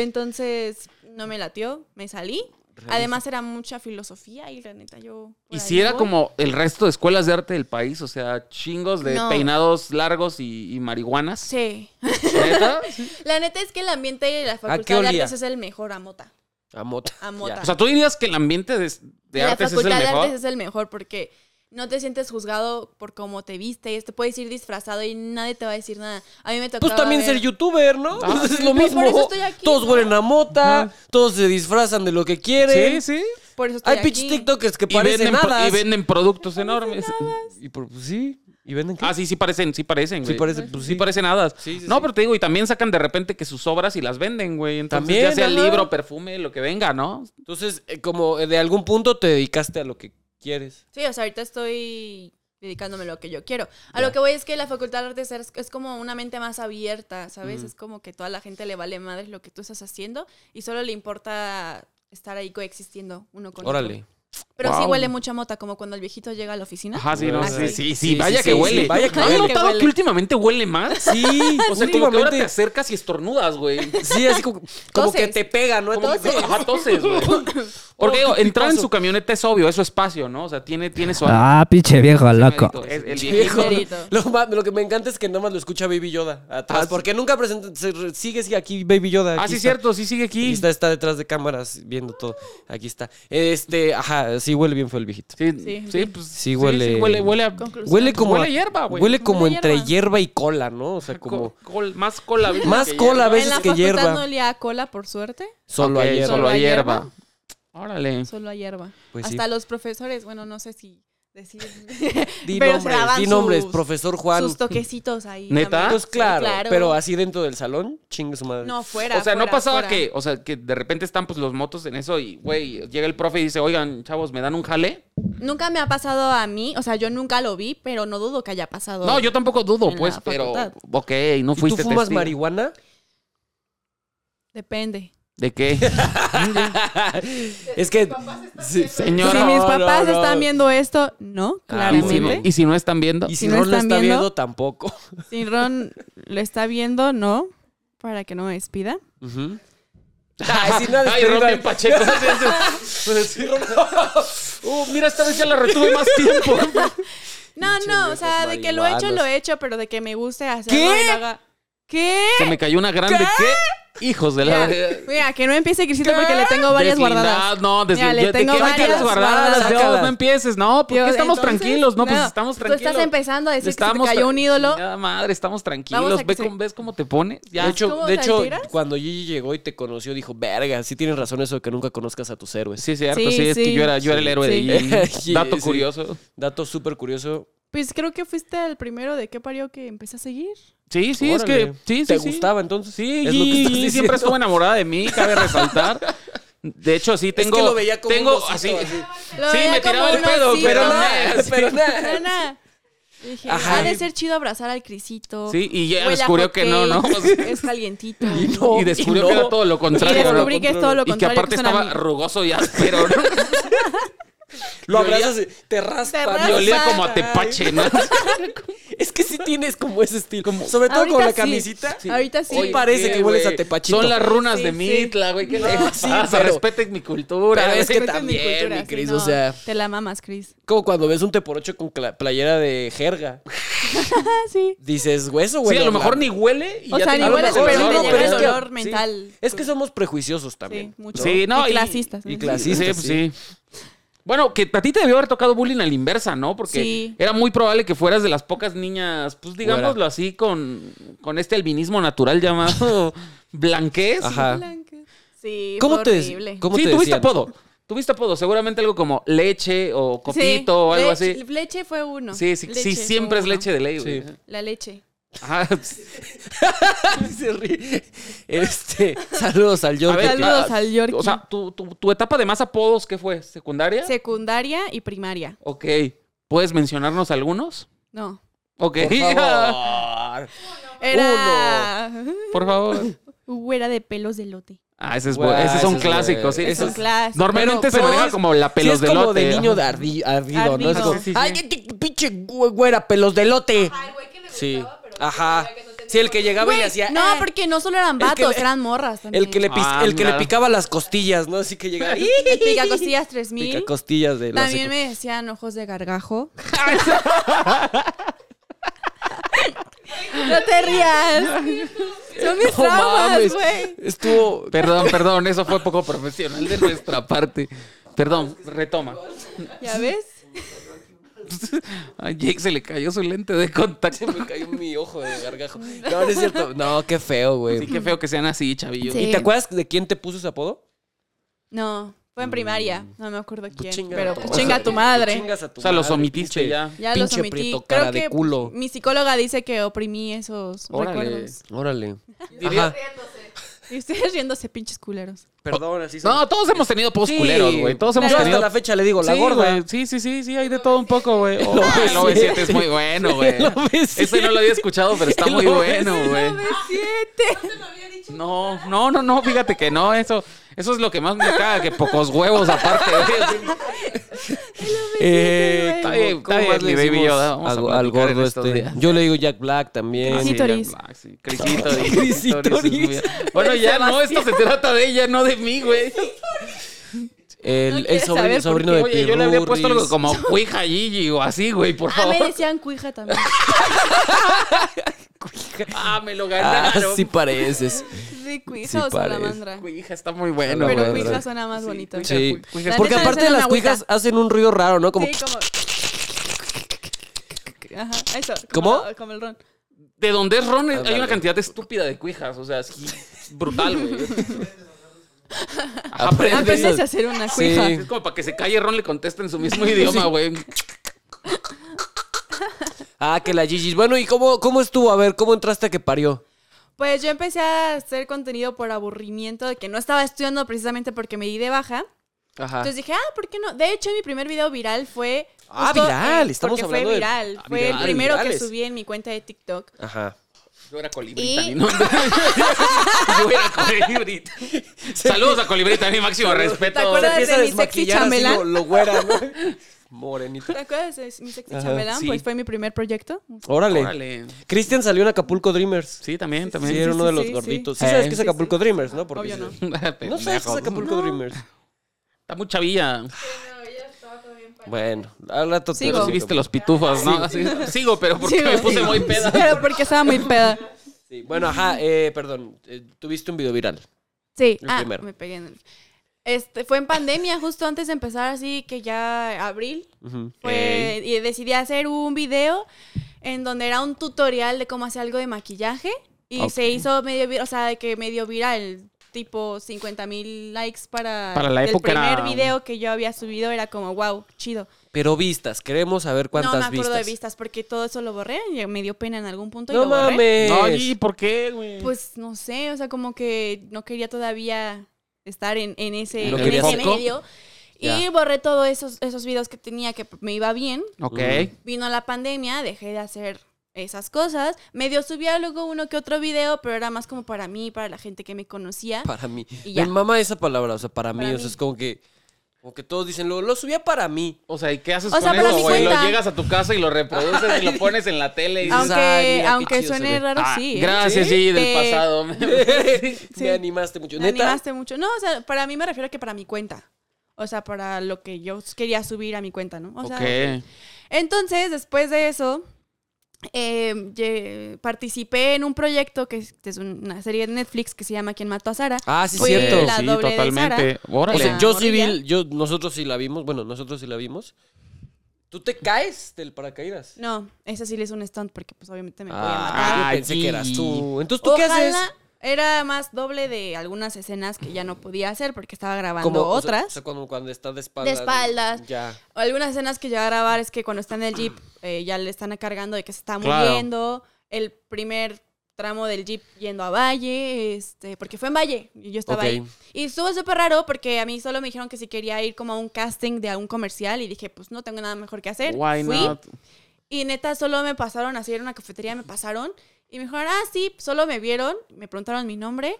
Speaker 3: Entonces no me latió, me salí. Además era mucha filosofía y la neta yo... por
Speaker 2: Y
Speaker 3: ahí
Speaker 2: si era
Speaker 3: voy.
Speaker 2: como el resto de escuelas de arte del país, o sea, chingos de
Speaker 3: No.
Speaker 2: peinados largos y, y marihuanas.
Speaker 3: Sí.
Speaker 2: ¿Neta?
Speaker 3: La neta es que el ambiente de la
Speaker 1: qué
Speaker 3: Facultad de
Speaker 1: olía?
Speaker 3: Artes es el mejor a mota.
Speaker 1: A mota.
Speaker 3: A mota.
Speaker 2: O sea, tú dirías que el ambiente de, de
Speaker 3: la
Speaker 2: artes es el
Speaker 3: Facultad de
Speaker 2: mejor.
Speaker 3: Artes es el mejor porque no te sientes juzgado por cómo te viste. Te puedes ir disfrazado y nadie te va a decir nada. A mí me tocaba
Speaker 1: Pues también
Speaker 3: ver-
Speaker 1: ser youtuber, ¿no?
Speaker 2: Ah,
Speaker 1: Pues
Speaker 2: sí.
Speaker 1: es lo
Speaker 3: Pues
Speaker 1: mismo.
Speaker 3: por eso estoy aquí,
Speaker 1: todos
Speaker 3: ¿no?
Speaker 1: huelen a mota, todos se disfrazan de lo que quieren.
Speaker 2: Sí, sí.
Speaker 3: Por eso estoy
Speaker 1: Hay pinches
Speaker 3: aquí.
Speaker 1: TikTokers que
Speaker 2: Y venden,
Speaker 1: parecen
Speaker 2: pro-
Speaker 1: hadas.
Speaker 2: y venden productos enormes.
Speaker 1: Y por- pues sí, y venden qué?
Speaker 2: Ah, sí, sí parecen, sí parecen,
Speaker 1: Sí
Speaker 2: güey.
Speaker 1: parece- pues
Speaker 2: sí
Speaker 1: sí.
Speaker 2: parecen hadas.
Speaker 1: Sí, sí,
Speaker 2: no,
Speaker 1: sí.
Speaker 2: pero te digo, y también sacan de repente que sus obras y las venden, güey. Entonces,
Speaker 1: También,
Speaker 2: ya sea
Speaker 1: ajá.
Speaker 2: libro, perfume, lo que venga, ¿no?
Speaker 1: Entonces, eh, como eh, de algún punto te dedicaste a lo que quieres.
Speaker 3: Sí, o sea, ahorita estoy dedicándome a lo que yo quiero. A lo que voy es que la Facultad de Artes es, es como una mente más abierta, ¿sabes? Es como que toda la gente le vale madre lo que tú estás haciendo y solo le importa estar ahí coexistiendo uno con otro.
Speaker 1: Órale.
Speaker 3: Pero sí
Speaker 2: Wow.
Speaker 3: huele mucha mota, como cuando el viejito llega a la oficina.
Speaker 2: Ajá, sí, no,
Speaker 1: Ah,
Speaker 2: sí, sí,
Speaker 1: sí.
Speaker 2: sí,
Speaker 1: Sí,
Speaker 2: vaya
Speaker 1: sí,
Speaker 2: que
Speaker 1: sí,
Speaker 2: huele.
Speaker 1: sí, vaya que
Speaker 2: ¿No ¿Has
Speaker 1: huele.
Speaker 2: notado
Speaker 3: Huele.
Speaker 2: que últimamente huele más?
Speaker 1: Sí,
Speaker 2: O sea, como que ahora te
Speaker 1: últimamente.
Speaker 2: acercas y estornudas, güey.
Speaker 1: Sí, así como, como
Speaker 3: Toses.
Speaker 1: que te pega, ¿no?
Speaker 2: Como que- Ajá, toses, güey. Porque
Speaker 1: Oh,
Speaker 2: digo,
Speaker 1: qué
Speaker 2: entrar en
Speaker 1: tipazo.
Speaker 2: su camioneta es obvio, es su espacio, ¿no? O sea, tiene, tiene su...
Speaker 4: Ah, pinche viejo loco.
Speaker 2: Es- el
Speaker 1: Viejo.
Speaker 2: viejito.
Speaker 3: Ligerito.
Speaker 1: Lo, ma- lo que me encanta es que nada más lo escucha Baby Yoda atrás.
Speaker 2: Ah,
Speaker 1: porque nunca presenta. se re- sigue, sigue aquí Baby Yoda.
Speaker 2: Ah,
Speaker 1: aquí
Speaker 2: sí,
Speaker 1: está.
Speaker 2: cierto, sí sigue
Speaker 1: Aquí
Speaker 2: aquí.
Speaker 1: está, está detrás de cámaras viendo todo. Aquí está. Este, ajá, sí huele bien fue el viejito.
Speaker 2: Sí,
Speaker 3: Sí.
Speaker 2: sí, pues,
Speaker 1: Sí, huele-
Speaker 2: huele, huele a...
Speaker 3: Conclusión.
Speaker 1: Huele como
Speaker 2: pues Huele
Speaker 1: a-
Speaker 2: hierba, güey.
Speaker 1: Huele como
Speaker 3: Huele
Speaker 1: entre
Speaker 3: hierba.
Speaker 1: hierba y cola, ¿no? O sea,
Speaker 2: Como...
Speaker 1: como
Speaker 2: más cola. a veces
Speaker 1: Más
Speaker 2: que
Speaker 1: cola a
Speaker 2: hierba.
Speaker 1: veces
Speaker 3: en la
Speaker 1: que
Speaker 3: facultad
Speaker 1: hierva.
Speaker 3: no olía a cola, por suerte,
Speaker 1: solo
Speaker 2: Ok,
Speaker 1: a hierba.
Speaker 2: Solo a
Speaker 3: a
Speaker 2: hierba.
Speaker 3: hierba.
Speaker 2: Órale.
Speaker 3: solo a hierba.
Speaker 1: Pues sí.
Speaker 3: Hasta los profesores, bueno, no sé si decir.
Speaker 1: Di
Speaker 3: pero se
Speaker 1: nombres,
Speaker 3: daban
Speaker 1: di nombres,
Speaker 3: sus-
Speaker 1: profesor Juan.
Speaker 3: Sus toquecitos ahí.
Speaker 2: ¿Neta?
Speaker 3: también.
Speaker 1: Pues
Speaker 3: Sí,
Speaker 1: claro, pero así dentro del salón, chingue su madre.
Speaker 3: No, fuera.
Speaker 2: O sea, no
Speaker 3: fuera,
Speaker 2: pasaba
Speaker 3: fuera.
Speaker 2: que, o sea, que de repente están pues los motos en eso y, güey, llega el profe y dice, oigan, chavos, ¿me dan un jale?
Speaker 3: Nunca me ha pasado a mí, o sea, yo nunca lo vi, pero no dudo que haya pasado.
Speaker 2: No, yo tampoco dudo,
Speaker 3: En
Speaker 2: pues,
Speaker 3: la
Speaker 2: pero,
Speaker 3: facultad.
Speaker 2: ok, no
Speaker 1: ¿Y tú
Speaker 2: fuiste
Speaker 1: fumas
Speaker 2: testigo.
Speaker 1: marihuana?
Speaker 3: Depende.
Speaker 2: ¿De qué?
Speaker 1: Es que. Sí,
Speaker 2: Señora.
Speaker 3: si mis
Speaker 1: No, no,
Speaker 3: papás
Speaker 1: no.
Speaker 3: están viendo esto,
Speaker 2: ¿Y,
Speaker 3: no,
Speaker 2: si no,
Speaker 3: claramente.
Speaker 2: y si no están viendo.
Speaker 1: Y
Speaker 3: Si
Speaker 1: si
Speaker 3: no
Speaker 1: no lo
Speaker 3: están
Speaker 1: está
Speaker 3: viendo.
Speaker 1: viendo, tampoco.
Speaker 3: Si Ron lo está viendo, no, para que no me despida.
Speaker 1: Ay, si no,
Speaker 2: Ay, Ron bien pacheco. Uh, mira, esta vez ya la retuve más tiempo.
Speaker 3: No,
Speaker 1: Pinches
Speaker 3: no, o
Speaker 1: viejos
Speaker 3: sea, de que lo he hecho,
Speaker 1: marihuanos.
Speaker 3: lo he hecho, pero de que me guste hacerlo
Speaker 1: ¿Qué?
Speaker 3: y lo haga. ¿Qué?
Speaker 2: Se me cayó una grande. ¿Qué? Hijos de la.
Speaker 3: Mira, mira, que no empiece Crisito porque le tengo varias
Speaker 2: Deslindad,
Speaker 3: guardadas.
Speaker 2: No,
Speaker 3: Mira,
Speaker 2: desde
Speaker 3: le tengo varias guardadas.
Speaker 2: Sácalas, No empieces, no, porque
Speaker 3: Yo,
Speaker 2: estamos
Speaker 3: entonces,
Speaker 2: tranquilos, no, pues
Speaker 3: no,
Speaker 2: estamos
Speaker 3: tú estás
Speaker 2: tranquilos.
Speaker 3: empezando a decir que se te
Speaker 2: Estamos
Speaker 3: cayó
Speaker 2: tra-
Speaker 3: un ídolo.
Speaker 2: Chingada madre, estamos
Speaker 3: Vamos
Speaker 2: tranquilos.
Speaker 3: a
Speaker 2: Ve
Speaker 3: que
Speaker 2: cómo-
Speaker 3: se-
Speaker 2: ¿Ves cómo te pones? Ya.
Speaker 1: De hecho,
Speaker 3: ¿Cómo
Speaker 1: de
Speaker 3: te
Speaker 1: hecho
Speaker 3: tiras?
Speaker 1: cuando Gigi llegó y te conoció, dijo, verga, sí tienes razón eso de que nunca conozcas a tus héroes.
Speaker 2: Sí, es cierto,
Speaker 3: Sí,
Speaker 2: sí, es
Speaker 3: sí.
Speaker 2: que yo era, yo era el héroe
Speaker 3: Sí.
Speaker 2: de Gigi.
Speaker 1: Sí,
Speaker 2: Dato
Speaker 1: sí.
Speaker 2: curioso.
Speaker 1: Dato súper curioso.
Speaker 3: Pues creo que fuiste el primero de qué parió que empecé a seguir.
Speaker 2: Sí, sí, es
Speaker 1: Órale.
Speaker 2: que. Sí, sí,
Speaker 1: ¿Te
Speaker 2: sí.
Speaker 1: gustaba entonces?
Speaker 2: Sí,
Speaker 1: Es lo que
Speaker 2: Gigi
Speaker 1: estás diciendo.
Speaker 2: siempre estuvo enamorada de mí, cabe resaltar. De hecho, sí, tengo.
Speaker 1: lo veía como un
Speaker 2: tengo
Speaker 1: osito,
Speaker 2: así.
Speaker 1: así.
Speaker 3: Lo
Speaker 2: Sí,
Speaker 3: veía
Speaker 2: me tiraba
Speaker 3: como
Speaker 2: el
Speaker 3: un
Speaker 2: pedo,
Speaker 3: osito.
Speaker 2: pero
Speaker 1: Pero
Speaker 2: no.
Speaker 1: nada, pero nada.
Speaker 3: Nana. Dije,
Speaker 1: Ajá.
Speaker 3: ha de ser chido abrazar al Crisito.
Speaker 2: Sí, y ya
Speaker 3: Huele a
Speaker 2: descubrió que no, ¿no?
Speaker 3: hotcakes, Es calientito.
Speaker 1: Y no,
Speaker 2: Y descubrió
Speaker 1: no.
Speaker 2: que era todo lo contrario.
Speaker 3: Y descubrí que es todo lo
Speaker 2: Y que
Speaker 3: contrario
Speaker 2: aparte
Speaker 3: que son
Speaker 2: estaba
Speaker 3: amigos.
Speaker 2: rugoso y áspero, ¿no?
Speaker 1: Lo abrazas, y te raspa.
Speaker 3: Te raspa.
Speaker 2: Y olía como a tepache, ¿no?
Speaker 1: Es que sí tienes como ese estilo. Sobre todo con
Speaker 3: Ahorita
Speaker 1: la
Speaker 3: sí.
Speaker 1: camisita.
Speaker 3: Sí. Ahorita sí.
Speaker 1: Hoy parece
Speaker 2: Sí,
Speaker 1: que hueles
Speaker 2: güey.
Speaker 1: a tepachito.
Speaker 2: Son las runas
Speaker 3: Sí,
Speaker 2: de
Speaker 3: sí.
Speaker 2: Mitla, güey. ¿Qué le
Speaker 1: sí,
Speaker 2: pasa?
Speaker 1: pero-
Speaker 2: Respeten mi cultura.
Speaker 1: Pero es
Speaker 2: güey.
Speaker 1: que
Speaker 3: Respeto mi
Speaker 1: también,
Speaker 3: cultura,
Speaker 1: mi Cris,
Speaker 3: sí, no.
Speaker 1: o sea.
Speaker 3: Te la mamas, Cris.
Speaker 1: Como cuando ves un te por ocho con cla- playera de jerga.
Speaker 3: Ah, sí.
Speaker 1: Dices, hueso,
Speaker 2: Sí,
Speaker 1: güey.
Speaker 2: a lo mejor ni huele. Y
Speaker 3: O
Speaker 2: ya
Speaker 3: sea,
Speaker 2: te
Speaker 3: ni
Speaker 1: a lo
Speaker 2: llaman
Speaker 3: huele,
Speaker 1: mejor,
Speaker 3: pero
Speaker 1: no,
Speaker 3: te
Speaker 1: no,
Speaker 3: llega
Speaker 1: pero
Speaker 3: el
Speaker 1: es que-
Speaker 3: olor
Speaker 1: sí.
Speaker 3: mental.
Speaker 1: Es que somos prejuiciosos también.
Speaker 3: Sí, mucho.
Speaker 2: Sí, no,
Speaker 3: y,
Speaker 2: y-
Speaker 3: clasistas.
Speaker 1: y
Speaker 3: ¿no?
Speaker 1: clasistas.
Speaker 2: Sí, sí,
Speaker 1: Sí.
Speaker 2: sí. Bueno, que a ti te debió haber tocado bullying a la inversa, ¿no? Porque
Speaker 3: Sí.
Speaker 2: era muy probable que fueras de las pocas niñas, pues digámoslo así, con, con este albinismo natural llamado blanquez.
Speaker 1: Ajá.
Speaker 3: Blanca. Sí,
Speaker 1: ¿Cómo
Speaker 3: fue
Speaker 1: te-
Speaker 3: horrible.
Speaker 1: cómo-
Speaker 2: sí,
Speaker 1: te
Speaker 2: tuviste
Speaker 1: decían?
Speaker 2: apodo. Tuviste apodo, seguramente algo como leche o copito
Speaker 3: Sí,
Speaker 2: o algo
Speaker 3: leche-
Speaker 2: así.
Speaker 3: Leche fue uno.
Speaker 2: Sí, sí,
Speaker 3: Leche
Speaker 2: sí,
Speaker 3: fue
Speaker 2: siempre es
Speaker 3: uno.
Speaker 2: leche de ley, güey.
Speaker 1: Sí.
Speaker 3: La leche.
Speaker 2: Ajá.
Speaker 1: Se ríe. Este, saludos al Jorge.
Speaker 2: A ver,
Speaker 3: Saludos
Speaker 2: ah,
Speaker 3: al Yorkie.
Speaker 2: O sea, ¿eh? tu, tu- tu etapa de más apodos, ¿qué fue? ¿Secundaria?
Speaker 3: Secundaria y primaria.
Speaker 2: Ok. ¿Puedes mencionarnos algunos?
Speaker 3: No.
Speaker 2: Ok.
Speaker 1: Por favor.
Speaker 3: Era.
Speaker 2: Por favor.
Speaker 3: Güera de pelos de lote.
Speaker 2: Ah, ese es
Speaker 1: Guau,
Speaker 2: bueno. Ese es
Speaker 1: ese
Speaker 2: un
Speaker 1: es
Speaker 2: clásico,
Speaker 1: bueno.
Speaker 2: sí.
Speaker 1: Ese
Speaker 3: Es
Speaker 1: Eso
Speaker 2: Ese
Speaker 3: un
Speaker 2: es-
Speaker 3: clásico.
Speaker 2: Normalmente
Speaker 1: Pero-
Speaker 2: se maneja como la
Speaker 1: Sí,
Speaker 2: pelos
Speaker 1: es como
Speaker 2: lote,
Speaker 1: de
Speaker 2: ajá.
Speaker 1: niño de ardi- ardido, ¿no? Es
Speaker 3: Ardido.
Speaker 1: como,
Speaker 3: Sí,
Speaker 2: sí, sí.
Speaker 1: ay, qué t- pinche gü- güera, pelos de lote. Sí. Ajá. Sí, el que llegaba y le hacía.
Speaker 3: No,
Speaker 1: "Ah".
Speaker 3: porque no solo eran
Speaker 1: El que
Speaker 3: vatos,
Speaker 1: le-
Speaker 3: eran morras también.
Speaker 1: El que le, pis-
Speaker 2: Ah,
Speaker 1: el que le
Speaker 2: mira.
Speaker 1: picaba las costillas, ¿no? Así que llegaba. "Ih".
Speaker 3: El pica costillas 3000.
Speaker 1: Pica costillas de la
Speaker 3: También
Speaker 1: secu-
Speaker 3: me decían ojos de gargajo. no te rías. Son mis
Speaker 1: No
Speaker 3: traumas,
Speaker 1: mames.
Speaker 3: güey.
Speaker 1: Estuvo.
Speaker 2: Perdón, perdón. Eso fue poco profesional de nuestra parte. Perdón, retoma.
Speaker 3: ¿Ya ves?
Speaker 2: A Jake se le cayó su lente de contacto.
Speaker 1: Me cayó mi ojo de gargajo. No, no es cierto. No, qué feo, güey.
Speaker 2: Sí, qué feo que sean así, chavillos.
Speaker 3: Sí.
Speaker 1: ¿Y te acuerdas de quién te puso ese apodo?
Speaker 3: No, fue en primaria. No me acuerdo
Speaker 1: Tú
Speaker 3: quién.
Speaker 1: Mm. chinga-
Speaker 3: pero
Speaker 1: tú
Speaker 3: pues,
Speaker 1: chingas-
Speaker 3: chinga tu
Speaker 1: tú
Speaker 3: madre.
Speaker 1: chingas a tu
Speaker 2: O sea, los
Speaker 1: madre,
Speaker 2: omitiste
Speaker 1: pinche-
Speaker 2: ya.
Speaker 3: Ya los
Speaker 1: pinche
Speaker 3: omití.
Speaker 1: prieto,
Speaker 3: Creo
Speaker 1: cara de
Speaker 3: que
Speaker 1: culo.
Speaker 3: mi psicóloga dice que oprimí esos
Speaker 2: Órale.
Speaker 3: recuerdos.
Speaker 1: Órale.
Speaker 2: Diría-
Speaker 1: Ajá.
Speaker 3: Y ustedes riéndose, pinches culeros.
Speaker 1: Perdón, así
Speaker 2: No, todos hemos tenido apodos
Speaker 1: Sí.
Speaker 2: culeros, güey. Todos hemos
Speaker 1: Yo hasta
Speaker 2: tenido.
Speaker 1: la fecha le digo, la
Speaker 2: sí,
Speaker 1: gorda.
Speaker 2: güey. Sí, sí, sí, sí, hay de todo un poco, güey. Oh,
Speaker 1: Lo
Speaker 2: el
Speaker 1: ves,
Speaker 2: OV7 es muy bueno, güey.
Speaker 1: El OV7.
Speaker 2: Pues, Ese no lo había escuchado, pero está
Speaker 1: El
Speaker 2: muy
Speaker 1: OV7.
Speaker 2: bueno, güey. No, no, no, no, fíjate que no, eso, eso es lo que más me caga, que pocos huevos aparte, güey.
Speaker 1: Eh,
Speaker 2: Está
Speaker 1: ¿cómo-
Speaker 2: bien, está
Speaker 1: cómo
Speaker 2: bien,
Speaker 1: más le
Speaker 2: mi baby
Speaker 1: decimos
Speaker 2: Yoda? Vamos a
Speaker 1: al,
Speaker 2: platicar
Speaker 1: al gordo
Speaker 2: en estos
Speaker 1: este.
Speaker 2: días.
Speaker 1: Yo le digo Jack Black también.
Speaker 3: Ah, sí. Crisitoris.
Speaker 2: Jack Black, sí. Crisitoris.
Speaker 1: Crisitoris.
Speaker 2: Crisitoris, es muy bien. Bueno, ya no, esto se trata de ella, no de mí, güey.
Speaker 1: El, el
Speaker 3: quieres
Speaker 1: sobrino,
Speaker 3: saber por
Speaker 1: sobrino de
Speaker 2: Oye, yo le había puesto algo
Speaker 1: Pirurris.
Speaker 2: como Cuija Gigi o así, güey, por
Speaker 3: Ah,
Speaker 2: favor.
Speaker 3: me decían cuija también.
Speaker 2: Ah, me lo
Speaker 1: Ah,
Speaker 2: ganaron.
Speaker 1: sí pareces.
Speaker 3: Sí, cuija
Speaker 1: Sí
Speaker 3: o
Speaker 1: parece.
Speaker 3: salamandra.
Speaker 2: Cuija está muy bueno,
Speaker 1: Pero
Speaker 2: güey.
Speaker 3: Pero
Speaker 1: bueno.
Speaker 3: cuija suena más bonito.
Speaker 1: Sí.
Speaker 2: Cuija Pues, es-
Speaker 1: Porque
Speaker 3: neta,
Speaker 1: aparte de
Speaker 3: esa es
Speaker 1: las
Speaker 3: una
Speaker 1: cuijas hacen un ruido raro, ¿no? Como
Speaker 3: Sí, como. Ajá, eso.
Speaker 1: ¿Cómo?
Speaker 3: Como el ron.
Speaker 2: De donde es Ron, hay una
Speaker 1: Ándale.
Speaker 2: cantidad estúpida de cuijas, o sea, sí, brutal, güey. Ajá,
Speaker 3: Ah,
Speaker 1: Aprende.
Speaker 2: aprende.
Speaker 3: Aprendes a hacer una
Speaker 1: Sí.
Speaker 3: cuija.
Speaker 2: Es como para que se calle Ron le conteste en su mismo idioma, güey.
Speaker 1: Ah, que la Gigi. Bueno, ¿y cómo, cómo estuvo? A ver, ¿cómo entraste a que parió?
Speaker 3: Pues yo empecé a hacer contenido por aburrimiento de que no estaba estudiando precisamente porque me di de baja.
Speaker 1: Ajá.
Speaker 3: Entonces dije, ah, ¿por qué no? De hecho, mi primer video viral fue.
Speaker 1: Ah,
Speaker 3: justo,
Speaker 1: viral,
Speaker 3: eh,
Speaker 1: estamos
Speaker 3: porque
Speaker 1: hablando
Speaker 3: Fue
Speaker 1: de-
Speaker 3: viral.
Speaker 1: Ah,
Speaker 3: fue el
Speaker 1: viral,
Speaker 3: primero
Speaker 1: virales.
Speaker 3: que subí en mi cuenta de TikTok.
Speaker 1: Ajá.
Speaker 2: Yo era colibrita,
Speaker 3: Y-
Speaker 2: ni nombre. Yo era colibrita. Saludos a colibrita, mi máximo respeto.
Speaker 3: ¿Te acuerdas?
Speaker 1: Empieza
Speaker 3: de
Speaker 1: a
Speaker 3: mi sexy
Speaker 1: desmaquillar así
Speaker 3: chambelán?
Speaker 1: lo, lo güera, ¿no? Morenita.
Speaker 3: ¿Te acuerdas de mi sexy
Speaker 1: Ajá,
Speaker 3: chambelán?
Speaker 2: sí.
Speaker 3: Pues fue mi primer proyecto.
Speaker 1: Órale.
Speaker 2: Órale.
Speaker 1: Cristian salió en Acapulco Dreamers.
Speaker 2: Sí, también,
Speaker 1: Sí,
Speaker 2: también.
Speaker 1: era
Speaker 3: sí,
Speaker 1: uno de
Speaker 3: sí,
Speaker 1: los
Speaker 3: sí.
Speaker 1: gorditos. Sí,
Speaker 2: Eh.
Speaker 1: sabes que es Acapulco Dreamers, ¿no?
Speaker 3: Obvio no.
Speaker 1: No sabes que es Acapulco Dreamers.
Speaker 2: Está muy chavilla.
Speaker 1: Bueno, al rato te
Speaker 3: Sigo.
Speaker 1: lo
Speaker 2: Sí viste los pitufos, ¿no? Así- Sigo, pero porque
Speaker 3: Sigo.
Speaker 2: me puse muy peda.
Speaker 3: Pero porque estaba muy peda.
Speaker 1: Sí, bueno, ajá, eh, perdón. eh, tuviste un video viral.
Speaker 3: Sí,
Speaker 1: El
Speaker 3: ah,
Speaker 1: primero.
Speaker 3: me pegué en el- Este, fue en pandemia, justo antes de empezar, así que ya abril,
Speaker 1: Ujú.
Speaker 3: fue- Pues, y decidí hacer un video en donde era un tutorial de cómo hacer algo de maquillaje y se hizo medio viral, o sea, de que medio viral, tipo 50 mil likes para,
Speaker 2: Para la
Speaker 3: el
Speaker 2: época era-
Speaker 3: primer video que yo había subido, era como, wow, chido.
Speaker 1: Pero vistas, queremos saber cuántas
Speaker 3: no me acuerdo
Speaker 1: vistas.
Speaker 3: de vistas ¿eh? porque todo eso lo borré, y me dio pena en algún punto y
Speaker 1: No
Speaker 3: lo borré.
Speaker 1: mames.
Speaker 2: No, ¿y por qué, güey?
Speaker 3: Pues no sé, o sea, como que no quería todavía estar en, en ese,
Speaker 1: ¿No
Speaker 3: en
Speaker 1: querías
Speaker 3: ese
Speaker 2: foco?
Speaker 3: medio. Y
Speaker 1: Ya.
Speaker 3: borré todos esos, esos videos que tenía que me iba bien.
Speaker 2: ok.
Speaker 3: Vino la pandemia, dejé de hacer esas cosas. Medio subía luego uno que otro video, pero era más como para mí, para la gente que me conocía.
Speaker 1: Para mí.
Speaker 3: Y ya.
Speaker 1: Me mama esa palabra, o sea, para, mí,
Speaker 3: Para
Speaker 1: O sea,
Speaker 3: mí.
Speaker 1: es como que. Como que todos dicen, lo, lo subía para mí.
Speaker 2: O sea, ¿y qué haces
Speaker 3: O sea,
Speaker 2: con
Speaker 3: para
Speaker 2: eso,
Speaker 3: mi
Speaker 2: güey? Lo
Speaker 3: cuenta.
Speaker 2: llegas a tu casa y lo reproduces y lo pones en la tele y dices,
Speaker 3: aunque
Speaker 1: "Ay, mira, qué
Speaker 3: aunque
Speaker 1: chido se
Speaker 3: suene
Speaker 1: ve".
Speaker 3: raro,
Speaker 2: "Ah,
Speaker 3: sí. ¿eh?
Speaker 2: gracias, sí, del
Speaker 3: Eh,
Speaker 2: pasado.
Speaker 1: Me animaste mucho.
Speaker 3: Me
Speaker 1: Neta.
Speaker 3: animaste mucho. No, o sea, para mí me refiero a que para mi cuenta. O sea, para lo que yo quería subir a mi cuenta, ¿no? O sea,
Speaker 2: ok.
Speaker 3: Entonces, después de eso, eh, ye- participé en un proyecto que es, que es una serie de Netflix que se llama ¿Quién mató a Sara?
Speaker 1: Ah, sí,
Speaker 3: Fue
Speaker 1: cierto.
Speaker 3: la doble de Sara.
Speaker 1: O
Speaker 2: Órale.
Speaker 1: sea,
Speaker 3: la
Speaker 1: yo sí
Speaker 3: morrilla.
Speaker 1: vi, yo, nosotros sí la vimos, bueno, nosotros sí la vimos. ¿Tú te caes del paracaídas?
Speaker 3: No, esa sí le hizo un stunt porque pues obviamente me voy a matar.
Speaker 1: Ah,
Speaker 2: matar.
Speaker 1: yo pensé que eras tú. Entonces, Pues, ¿tú qué haces?
Speaker 3: Ojalá era más doble de algunas escenas que ya no podía hacer porque estaba grabando
Speaker 1: Como o sea,
Speaker 3: otras.
Speaker 1: O sea, cuando, cuando estás de espaldas.
Speaker 3: De espaldas.
Speaker 1: Ya.
Speaker 3: Algunas escenas que llega a grabar es que cuando está en el jeep eh, ya le están cargando de que se está
Speaker 2: Claro.
Speaker 3: muriendo. El primer tramo del jeep yendo a Valle, este, porque fue en Valle y yo estaba
Speaker 1: Ok.
Speaker 3: ahí. Y estuvo súper raro porque a mí solo me dijeron que si quería ir como a un casting de algún comercial y dije, pues no tengo nada mejor que hacer.
Speaker 2: Why
Speaker 3: Fui
Speaker 2: not?
Speaker 3: y neta solo me pasaron así, era una cafetería, me pasaron y me dijeron, ah, sí, solo me vieron, me preguntaron mi nombre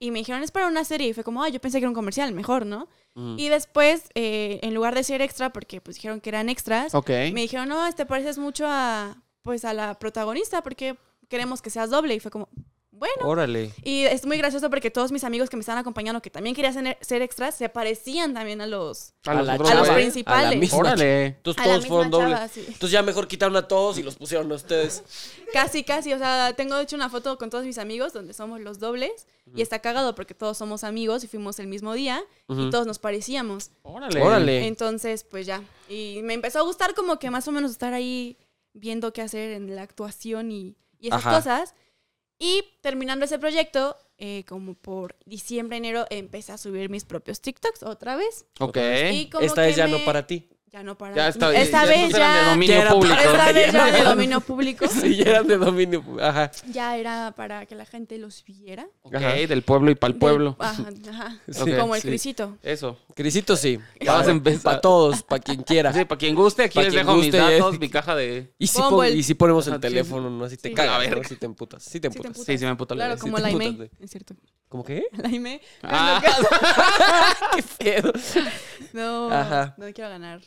Speaker 3: y me dijeron, es para una serie. Y fue como, ah, yo pensé que era un comercial, mejor, ¿no?
Speaker 1: Mm.
Speaker 3: Y después, eh, en lugar de ser extra, porque pues dijeron que eran extras,
Speaker 2: Ok.
Speaker 3: me dijeron, no, te pareces mucho a, pues, a la protagonista porque queremos que seas doble. Y fue como, bueno.
Speaker 1: Órale.
Speaker 3: Y es muy gracioso porque todos mis amigos que me estaban acompañando, que también querían ser- ser extras, se parecían también a los...
Speaker 2: A los
Speaker 1: la
Speaker 2: otros
Speaker 1: chava,
Speaker 3: A los
Speaker 2: güeyes.
Speaker 3: principales.
Speaker 1: a la misma
Speaker 2: Órale.
Speaker 1: Entonces
Speaker 3: a la
Speaker 1: todos
Speaker 3: misma
Speaker 1: fueron
Speaker 3: chava,
Speaker 1: dobles.
Speaker 3: sí.
Speaker 1: Entonces ya mejor quitaron a todos y los pusieron a ustedes.
Speaker 3: Casi, casi, o sea, tengo de hecho una foto con todos mis amigos donde somos los dobles y está cagado porque todos somos amigos y fuimos el mismo día y todos nos parecíamos.
Speaker 2: Órale.
Speaker 1: Órale.
Speaker 3: Entonces, pues ya. Y me empezó a gustar como que más o menos estar ahí viendo qué hacer en la actuación y, y esas
Speaker 1: Ajá.
Speaker 3: cosas. Y terminando ese proyecto, eh, como por diciembre, enero, empecé a subir mis propios TikToks otra vez.
Speaker 2: Ok.
Speaker 3: Y como
Speaker 1: Esta es
Speaker 3: que
Speaker 1: ya
Speaker 3: me-
Speaker 1: no para ti.
Speaker 3: Ya no para.
Speaker 2: Ya
Speaker 3: mí.
Speaker 2: está.
Speaker 3: Esta
Speaker 2: ya
Speaker 3: vez
Speaker 2: estos eran de
Speaker 3: ya.
Speaker 1: Ya
Speaker 2: dominio
Speaker 1: era
Speaker 2: público.
Speaker 3: Esta vez ya de dominio público.
Speaker 1: Sí, ya eran de dominio. Ajá.
Speaker 3: Ya era para que la gente los viera.
Speaker 2: Ok, del pueblo y para el pueblo.
Speaker 3: Del- ajá, ajá.
Speaker 2: Sí,
Speaker 3: Como el
Speaker 2: sí.
Speaker 3: Crisito.
Speaker 2: Eso.
Speaker 1: Crisito sí.
Speaker 2: Ya vas a empezar.
Speaker 1: Para todos, para quien quiera.
Speaker 2: Sí, para quien guste, aquí
Speaker 1: Pa'
Speaker 2: les
Speaker 1: quien
Speaker 2: dejo mis
Speaker 1: guste, ya.
Speaker 2: datos, mi caja de.
Speaker 1: Y si,
Speaker 3: Bumble.
Speaker 1: pon- y si ponemos el
Speaker 2: Ajá, Ah, sí,
Speaker 1: teléfono, ¿no? Si te
Speaker 3: Sí.
Speaker 2: A
Speaker 1: cagas,
Speaker 2: ver.
Speaker 1: ¿no? Si te emputas. Si te
Speaker 3: Sí te
Speaker 1: emputas.
Speaker 3: emputas.
Speaker 2: Sí, sí, me puto
Speaker 3: Claro,
Speaker 2: la-
Speaker 3: como
Speaker 1: te
Speaker 3: la
Speaker 1: putas,
Speaker 3: IMEI.
Speaker 1: güey.
Speaker 3: Es cierto.
Speaker 1: ¿Cómo qué?
Speaker 3: La IMEI.
Speaker 2: Ah,
Speaker 1: ¡Qué pedo!
Speaker 3: No,
Speaker 1: Ajá.
Speaker 3: no quiero ganar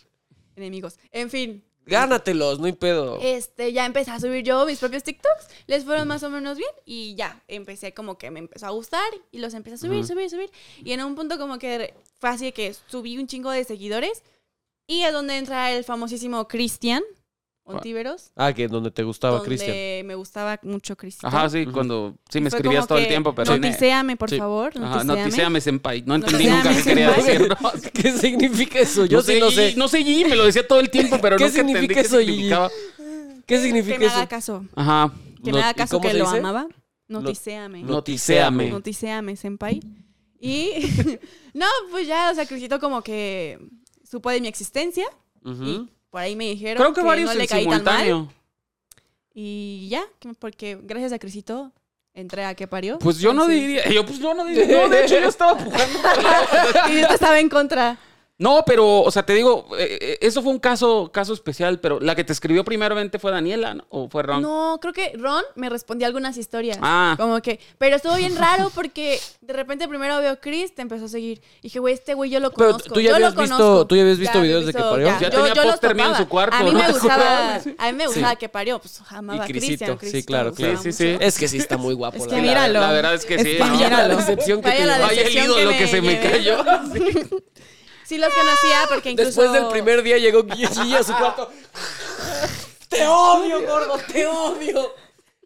Speaker 3: enemigos. En fin,
Speaker 1: Gánatelos, no hay
Speaker 2: Oh.
Speaker 1: pedo.
Speaker 3: este, ya empecé a subir yo mis propios TikToks, les fueron más o menos bien y ya, empecé como que me empezó a gustar y los empecé a subir, subir, subir. Y en un punto como que fue así de que subí un chingo de seguidores y es donde entra el famosísimo Cristian Ontiveros,
Speaker 1: Ah, que donde te gustaba,
Speaker 3: donde
Speaker 1: Cristian.
Speaker 3: me gustaba mucho Cristian.
Speaker 2: Ajá, sí,
Speaker 1: Ujú.
Speaker 2: cuando. Sí, me
Speaker 3: Fue
Speaker 2: escribías
Speaker 3: como
Speaker 2: todo el
Speaker 3: que,
Speaker 2: tiempo, pero.
Speaker 3: Noticéame, por
Speaker 1: Sí.
Speaker 3: favor.
Speaker 2: Ajá,
Speaker 3: noticéame".
Speaker 2: noticéame, senpai. No entendí
Speaker 3: Noticéame,
Speaker 2: nunca qué quería
Speaker 3: senpai.
Speaker 2: decir. ¿no?
Speaker 1: ¿Qué significa eso? Yo
Speaker 2: no
Speaker 1: sí no sé.
Speaker 2: Gigi, No sé, Gigi, me lo decía todo el tiempo, pero
Speaker 1: ¿Qué
Speaker 2: nunca entendí
Speaker 1: significa
Speaker 2: qué
Speaker 1: eso, Gigi?
Speaker 2: significaba.
Speaker 1: ¿Qué
Speaker 3: Que
Speaker 1: significa
Speaker 3: me haga
Speaker 1: eso?
Speaker 3: caso.
Speaker 2: Ajá.
Speaker 3: Que
Speaker 1: No-
Speaker 3: me
Speaker 1: ¿y
Speaker 3: haga caso
Speaker 1: cómo
Speaker 3: que
Speaker 1: se
Speaker 3: lo
Speaker 1: dice?
Speaker 3: amaba. Noticéame.
Speaker 1: Noticéame.
Speaker 2: Noticéame.
Speaker 3: Noticéame, senpai. Y no, pues ya, o sea, Crucito como que supo de mi existencia.
Speaker 1: Ujú.
Speaker 3: Y por ahí me dijeron
Speaker 2: Creo que varios
Speaker 3: no le
Speaker 2: en
Speaker 3: caí tan mal.
Speaker 2: simultáneo.
Speaker 3: Y ya, que- porque gracias a Crucito entré a que parió.
Speaker 2: Pues yo no
Speaker 3: Entonces-
Speaker 2: diría. Yo, pues yo no diría. No, de hecho, yo estaba pujando.
Speaker 3: Y yo estaba en contra.
Speaker 2: No, pero, o sea, te digo, eh, eh, eso fue un caso, caso especial, pero la que te escribió primeramente fue Daniela, ¿no? ¿O fue Ron?
Speaker 3: No, creo que Ron me respondió algunas historias.
Speaker 2: Ah.
Speaker 3: Como que, pero estuvo bien raro porque de repente primero veo a Chris, te empezó a seguir. Y dije, güey, este güey yo lo
Speaker 1: Pero
Speaker 3: conozco.
Speaker 1: tú ya
Speaker 3: yo lo
Speaker 1: habías visto-
Speaker 3: conozco.
Speaker 1: tú ya habías visto videos de que parió.
Speaker 2: Ya
Speaker 3: Ya, yo,
Speaker 2: tenía
Speaker 3: yo los
Speaker 2: póster mío en
Speaker 3: topaba.
Speaker 2: su cuarto,
Speaker 3: A mí
Speaker 2: ¿no?
Speaker 3: me gustaba, a mí me gustaba que parió, pues amaba
Speaker 1: Y
Speaker 3: a Cristian.
Speaker 1: Crisito, sí,
Speaker 3: Crisito
Speaker 1: claro,
Speaker 3: me gustaba
Speaker 2: claro. Sí, sí, sí.
Speaker 3: mucho.
Speaker 1: Es que sí está muy guapo.
Speaker 3: Es
Speaker 1: la
Speaker 3: que
Speaker 1: verdad.
Speaker 3: mira, míralo.
Speaker 2: La verdad es que
Speaker 3: Es
Speaker 2: sí.
Speaker 3: que
Speaker 2: ¿no?
Speaker 1: Vaya la
Speaker 3: míralo.
Speaker 1: decepción que
Speaker 3: Vaya
Speaker 1: te
Speaker 3: la
Speaker 1: llevó.
Speaker 2: Vaya el
Speaker 3: decepción que
Speaker 2: ídolo que,
Speaker 3: me
Speaker 2: se me
Speaker 3: llevé.
Speaker 2: cayó.
Speaker 3: Sí los conocía porque incluso...
Speaker 1: Después del primer día llegó Gigi a su cuarto. ¡Te odio, gordo! ¡Te odio!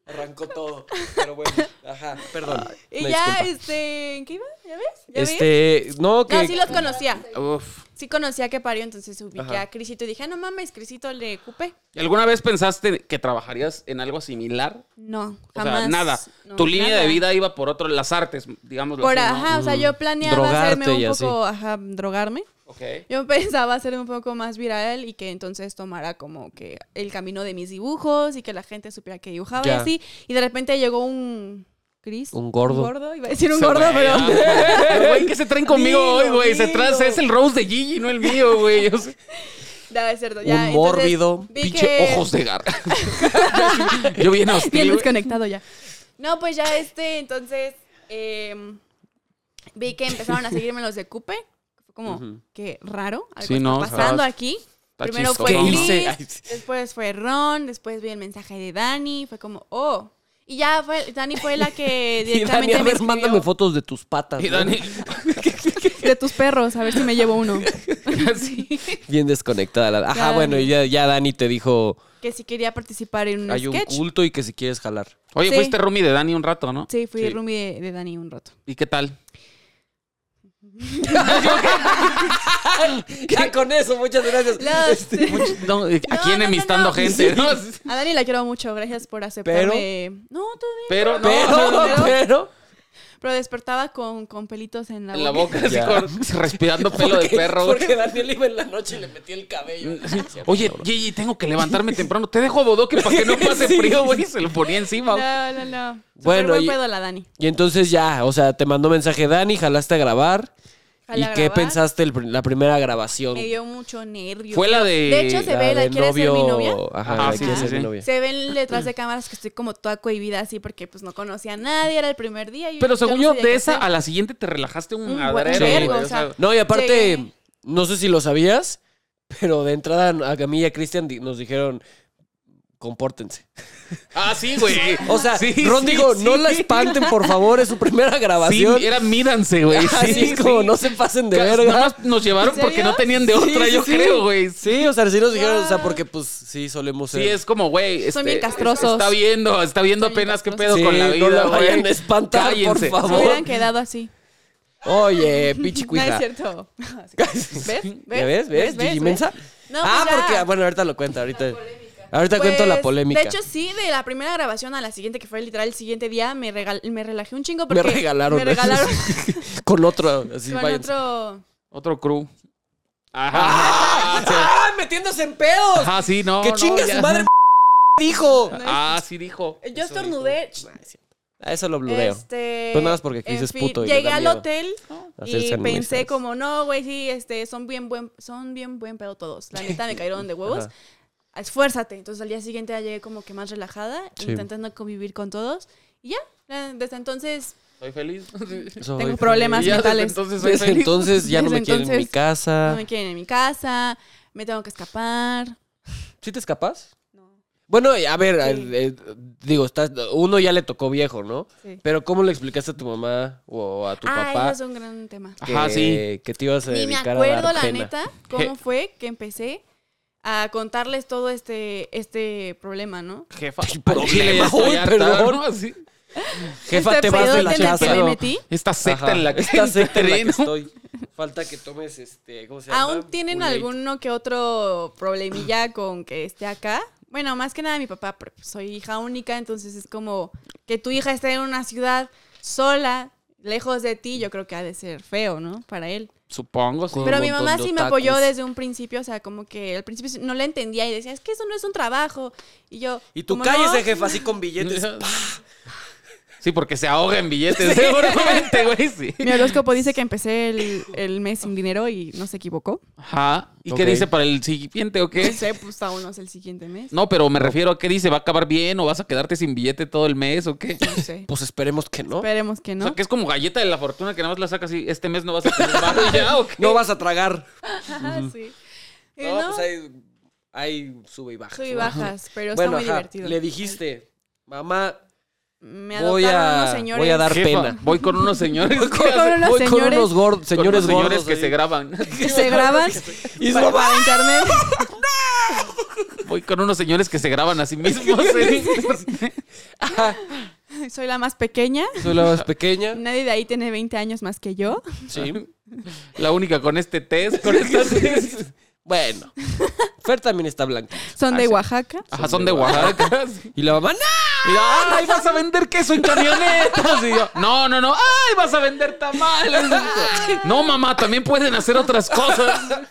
Speaker 1: Arrancó todo. Pero bueno, ajá, perdón.
Speaker 3: Y
Speaker 1: Una
Speaker 3: ya,
Speaker 1: disculpa.
Speaker 3: este, ¿en qué iba? ¿Ya ves? ¿Ya ves?
Speaker 1: Este, no, que.
Speaker 3: No, sí los conocía.
Speaker 2: Uf.
Speaker 3: Sí conocía que parió, entonces ubiqué
Speaker 1: Ajá.
Speaker 3: a Crisito y dije, ah, no mames, Crisito le cupé.
Speaker 2: ¿Alguna vez pensaste que trabajarías en algo similar?
Speaker 3: No,
Speaker 2: O
Speaker 3: jamás.
Speaker 2: sea, nada.
Speaker 3: No,
Speaker 2: tu línea de
Speaker 3: nada.
Speaker 2: vida Mm. iba por otro, las artes, digamos.
Speaker 3: Por ajá, o sea, yo planeaba hacerme
Speaker 1: Drogarte
Speaker 3: un
Speaker 1: y
Speaker 3: poco, ajá, drogarme.
Speaker 2: Ok.
Speaker 3: Yo pensaba hacerme un poco más viral y que entonces tomara como que el camino de mis dibujos y que la gente supiera que dibujaba
Speaker 1: Ya.
Speaker 3: y así. Y de repente llegó un Cris.
Speaker 1: Un gordo.
Speaker 3: Iba a decir un gordo, pero.
Speaker 2: Güey, ¿qué se traen conmigo
Speaker 3: Dilo,
Speaker 2: hoy, güey? Se tra-
Speaker 3: dilo.
Speaker 2: es el rose de Gigi, no el mío, güey. Yo sé.
Speaker 3: Nada, es cierto.
Speaker 1: Un
Speaker 3: Ya, entonces,
Speaker 1: mórbido,
Speaker 3: vi
Speaker 2: Pinche
Speaker 3: que-
Speaker 2: ojos de garra. yo bien hostil.
Speaker 3: Bien
Speaker 2: güey.
Speaker 3: desconectado ya. No, pues ya este, entonces eh, vi que empezaron a seguirme los de Cupe. Fue como, qué raro, algo
Speaker 2: Sí,
Speaker 3: está
Speaker 2: no,
Speaker 3: pasando
Speaker 2: está-
Speaker 3: aquí.
Speaker 2: está
Speaker 3: Primero
Speaker 2: chistoso,
Speaker 3: fue
Speaker 2: ¿no?
Speaker 3: Liz,
Speaker 2: Ay, sí.
Speaker 3: después fue Ron, después vi el mensaje de Dani, fue como, oh. Y ya fue, Dani fue la que
Speaker 1: Y Dani,
Speaker 3: directamente
Speaker 1: a
Speaker 3: me
Speaker 1: ver,
Speaker 3: escribió
Speaker 1: mándame fotos de tus patas.
Speaker 2: Y
Speaker 1: ¿no?
Speaker 2: Dani,
Speaker 3: de tus perros, a ver si me llevo uno.
Speaker 2: así.
Speaker 1: Bien desconectada. la- Ajá,
Speaker 3: Ya,
Speaker 1: bueno,
Speaker 3: Dani.
Speaker 1: y ya, ya Dani te dijo,
Speaker 3: Que si quería participar en un
Speaker 1: hay un
Speaker 3: sketch.
Speaker 1: culto y que si quieres jalar.
Speaker 2: Oye,
Speaker 3: Sí.
Speaker 2: fuiste Rumi de Dani un rato, ¿no?
Speaker 3: Sí, fui
Speaker 2: Sí.
Speaker 3: roomie de, de Dani un rato.
Speaker 2: ¿Y qué tal?
Speaker 1: Ya con eso, muchas gracias.
Speaker 3: Las-
Speaker 1: Este, much- no, eh,
Speaker 2: Aquí
Speaker 3: no, no,
Speaker 2: enemistando
Speaker 3: no.
Speaker 2: gente, ¿no?
Speaker 3: A Dani la quiero mucho, gracias por aceptarme. No, todo bien.
Speaker 2: Pero, no, no, no,
Speaker 1: Pero,
Speaker 3: no.
Speaker 1: pero...
Speaker 3: Pero despertaba con, con pelitos en la,
Speaker 2: en la
Speaker 3: boca.
Speaker 2: boca, así
Speaker 1: Ya.
Speaker 2: con- respirando pelo de perro. güey.
Speaker 1: eh, Porque Mm, Daniel iba en la noche y le metía el cabello.
Speaker 2: Oye, Gigi, tengo que levantarme temprano. Te dejo a bodoque para que no pase
Speaker 1: Sí.
Speaker 2: frío, güey. Se lo ponía encima. güey.
Speaker 3: No, no, no.
Speaker 1: Bueno,
Speaker 3: Bueno, buen
Speaker 1: y-
Speaker 3: pedo la Dani.
Speaker 1: Y entonces ya, o sea, te mandó mensaje Dani, jalaste a grabar.
Speaker 3: Jalé
Speaker 1: ¿Y
Speaker 3: a
Speaker 1: qué
Speaker 3: grabar.
Speaker 1: pensaste el pr- la primera grabación?
Speaker 3: Me dio mucho nervio.
Speaker 2: Fue la de.
Speaker 3: De hecho, se ve, la
Speaker 1: de
Speaker 3: quiere ser mi novia.
Speaker 1: Ajá,
Speaker 2: Ah,
Speaker 1: la
Speaker 2: sí,
Speaker 1: quiere
Speaker 2: sí,
Speaker 1: ser mi
Speaker 2: sí.
Speaker 1: novia.
Speaker 3: Se ven detrás de cámaras que estoy como toda cohibida así porque pues no conocía a nadie, era el primer día. y
Speaker 2: Pero
Speaker 3: no
Speaker 2: según yo,
Speaker 3: sabía
Speaker 2: de
Speaker 3: qué
Speaker 2: esa
Speaker 3: hacer.
Speaker 2: a la siguiente te relajaste un
Speaker 3: Un
Speaker 2: adrede,
Speaker 1: vergo,
Speaker 2: güey,
Speaker 1: o
Speaker 2: o sea,
Speaker 3: sea.
Speaker 1: No, y aparte,
Speaker 3: Llegué.
Speaker 1: no sé si lo sabías, pero de entrada a a mí y a Cristian di- nos dijeron, compórtense.
Speaker 2: Ah, sí, güey.
Speaker 1: O sea,
Speaker 2: Sí,
Speaker 1: Ron
Speaker 2: sí,
Speaker 1: dijo,
Speaker 2: sí.
Speaker 1: no la espanten, por favor, es su primera
Speaker 2: Sí,
Speaker 1: grabación. Ah,
Speaker 2: era mídanse, güey.
Speaker 1: Así
Speaker 2: Sí,
Speaker 1: es como,
Speaker 2: sí.
Speaker 1: no se pasen de
Speaker 2: Ca-
Speaker 1: verga.
Speaker 2: Nada más nos llevaron
Speaker 3: ¿En
Speaker 2: porque
Speaker 3: serio?
Speaker 2: no tenían de
Speaker 1: Sí,
Speaker 2: otra,
Speaker 1: sí,
Speaker 2: yo
Speaker 1: sí.
Speaker 2: creo, güey. Sí.
Speaker 1: Sí, o sea, sí nos dijeron, o sea,
Speaker 3: Wow.
Speaker 1: porque pues sí solemos ser.
Speaker 2: Sí, es como, güey.
Speaker 3: Son
Speaker 2: este,
Speaker 3: bien castrosos.
Speaker 2: Está viendo, está viendo
Speaker 3: Son bien
Speaker 2: apenas qué pedo
Speaker 3: castrosos.
Speaker 2: con la
Speaker 1: Sí, no
Speaker 2: vida,
Speaker 1: la
Speaker 2: güey.
Speaker 1: vayan a espantar, por
Speaker 2: Cállense.
Speaker 1: favor.
Speaker 3: Se hubieran quedado así.
Speaker 1: Oye,
Speaker 3: No es
Speaker 1: pichicuija.
Speaker 3: cierto. ¿Ves?
Speaker 1: ¿Ya ves? ¿Ves? Gigi Mensa.
Speaker 3: No,
Speaker 1: ah,
Speaker 3: pues ya.
Speaker 1: porque, ah, bueno, ahorita lo cuento, ahorita. Ahorita cuento
Speaker 3: Pues,
Speaker 1: la polémica.
Speaker 3: De hecho, sí, de la primera grabación a la siguiente, que fue literal el siguiente día, me, regal- me relajé un chingo porque...
Speaker 1: me regalaron.
Speaker 3: Me regalaron
Speaker 1: Con otro, así
Speaker 3: con
Speaker 1: váyanse.
Speaker 3: otro...
Speaker 2: Otro crew. Ajá.
Speaker 1: ¡Ah! ¡Metiéndose en pedos!
Speaker 2: Ajá, sí, no.
Speaker 1: ¡Que
Speaker 2: no,
Speaker 1: chinga
Speaker 2: ya.
Speaker 1: su madre, dijo!
Speaker 2: Ah, sí dijo.
Speaker 3: Yo estornudé.
Speaker 1: A eso lo blureo.
Speaker 3: Este,
Speaker 1: Pues nada más porque aquí
Speaker 3: en
Speaker 1: dices
Speaker 3: fin,
Speaker 1: puto y le
Speaker 3: Llegué
Speaker 1: da
Speaker 3: al
Speaker 1: miedo
Speaker 3: hotel
Speaker 1: hacerse
Speaker 3: y
Speaker 1: enemistades.
Speaker 3: pensé como, no, güey, sí, este, son bien buen, son bien buen pedo todos. La neta me cayeron de huevos.
Speaker 1: Ajá.
Speaker 3: Esfuérzate. Entonces al día siguiente ya llegué como que más relajada,
Speaker 1: Sí.
Speaker 3: intentando convivir con todos. Y ya, eh, desde entonces
Speaker 2: Soy feliz.
Speaker 1: Soy-
Speaker 3: tengo problemas
Speaker 2: Y ya desde
Speaker 3: mentales.
Speaker 2: Entonces soy
Speaker 1: Desde
Speaker 2: feliz.
Speaker 1: entonces ya no
Speaker 3: Desde
Speaker 1: me quieren en mi
Speaker 3: entonces,
Speaker 1: casa.
Speaker 3: No me quieren en mi casa, me tengo que escapar.
Speaker 1: ¿Sí te escapas? Bueno, eh, a ver,
Speaker 3: Sí.
Speaker 1: eh, eh, digo, estás, uno ya le tocó viejo, ¿no?
Speaker 3: Sí.
Speaker 1: Pero ¿cómo le explicaste a tu mamá o a tu
Speaker 3: ah,
Speaker 1: papá
Speaker 3: ese es un gran tema.
Speaker 1: que,
Speaker 2: Ajá, sí.
Speaker 1: que te ibas a
Speaker 3: Ni me
Speaker 1: dedicar a
Speaker 3: acuerdo,
Speaker 1: dar
Speaker 3: la
Speaker 1: pena?
Speaker 3: neta, cómo fue que empecé a contarles todo este, este problema, ¿no?
Speaker 2: Jefa.
Speaker 1: pero
Speaker 2: al chile ya
Speaker 1: uy,
Speaker 2: estoy
Speaker 1: perdón.
Speaker 2: harta, ¿no? Así.
Speaker 1: Jefa,
Speaker 3: Este
Speaker 1: te vas
Speaker 3: pedo
Speaker 1: de la
Speaker 3: en el que
Speaker 1: casa.
Speaker 3: me metí.
Speaker 2: Esta secta
Speaker 1: Ajá,
Speaker 2: en la que
Speaker 1: esta secta en la que
Speaker 2: entré, ¿no?
Speaker 1: estoy. Falta que tomes este, ¿cómo se llama?
Speaker 3: ¿Aún tienen
Speaker 1: Kool-Aid.
Speaker 3: alguno que otro problemilla con que esté acá? Bueno, más que nada mi papá, porque soy hija única, entonces es como que tu hija esté en una ciudad sola, lejos de ti, yo creo que ha de ser feo, ¿no? Para él.
Speaker 2: Supongo, sí.
Speaker 1: Con
Speaker 3: Pero
Speaker 1: un
Speaker 3: mi
Speaker 1: montón
Speaker 3: mamá
Speaker 1: de
Speaker 3: sí me apoyó
Speaker 1: otakus.
Speaker 3: desde un principio, o sea, como que al principio no la entendía y decía, es que eso no es un trabajo. Y yo...
Speaker 1: Y tú
Speaker 3: "¿Cómo
Speaker 1: cállese,
Speaker 3: no?".
Speaker 1: jefa, así con billetes.
Speaker 2: Sí, porque se ahoga en billetes, seguramente, güey, sí.
Speaker 3: Mi horóscopo dice que empecé el, el mes sin dinero y no se equivocó.
Speaker 2: Ajá. ¿Y
Speaker 1: Ok.
Speaker 2: qué dice para el siguiente o
Speaker 3: No
Speaker 2: qué?
Speaker 3: sé, pues aún no es el siguiente mes.
Speaker 2: No, pero me refiero a qué dice, ¿va a acabar bien o vas a quedarte sin billete todo el mes o qué?
Speaker 3: No sé.
Speaker 1: Pues esperemos que no.
Speaker 3: Esperemos que
Speaker 2: O
Speaker 3: no.
Speaker 2: sea, que es como galleta de la fortuna que nada más la sacas y este mes no vas a tener varo ya o qué?
Speaker 1: No vas a tragar.
Speaker 3: Ajá, sí. Y
Speaker 1: No,
Speaker 3: no,
Speaker 1: pues hay, hay sube y baja.
Speaker 3: sub y bajas, pero
Speaker 1: Bueno,
Speaker 3: está muy
Speaker 1: ajá,
Speaker 3: divertido.
Speaker 1: le dijiste, mamá,
Speaker 3: Me
Speaker 1: voy
Speaker 3: adoptaron unos
Speaker 1: a,
Speaker 3: señores.
Speaker 1: voy a dar
Speaker 2: Jefa,
Speaker 1: pena.
Speaker 2: Voy con unos señores.
Speaker 3: Voy
Speaker 2: que
Speaker 3: con
Speaker 2: hacen-
Speaker 3: unos
Speaker 1: Voy con
Speaker 3: señores-
Speaker 1: unos gordos,
Speaker 2: con
Speaker 1: señores
Speaker 2: unos señores
Speaker 1: gordos
Speaker 2: que
Speaker 1: ahí.
Speaker 2: se graban.
Speaker 3: que se graban
Speaker 1: Y su
Speaker 3: para,
Speaker 1: mamá,
Speaker 3: para internet.
Speaker 2: Voy con unos señores que se graban a sí mismos. ¿eh?
Speaker 3: Soy la más pequeña.
Speaker 1: Soy la más pequeña.
Speaker 3: Nadie de ahí tiene 20 años más que yo.
Speaker 1: Sí.
Speaker 2: La única con este test, con esta test.
Speaker 1: Bueno. Fer también está blanca.
Speaker 3: Son de
Speaker 2: sí.
Speaker 3: Oaxaca.
Speaker 2: Ajá, son de Oaxaca.
Speaker 1: Y la mamá, ¡no!
Speaker 2: Y yo, ¡Ay, vas a vender queso en camionetas! Y yo, no, no, no, ¡ay, vas a vender tamales! No, mamá, también pueden hacer otras cosas.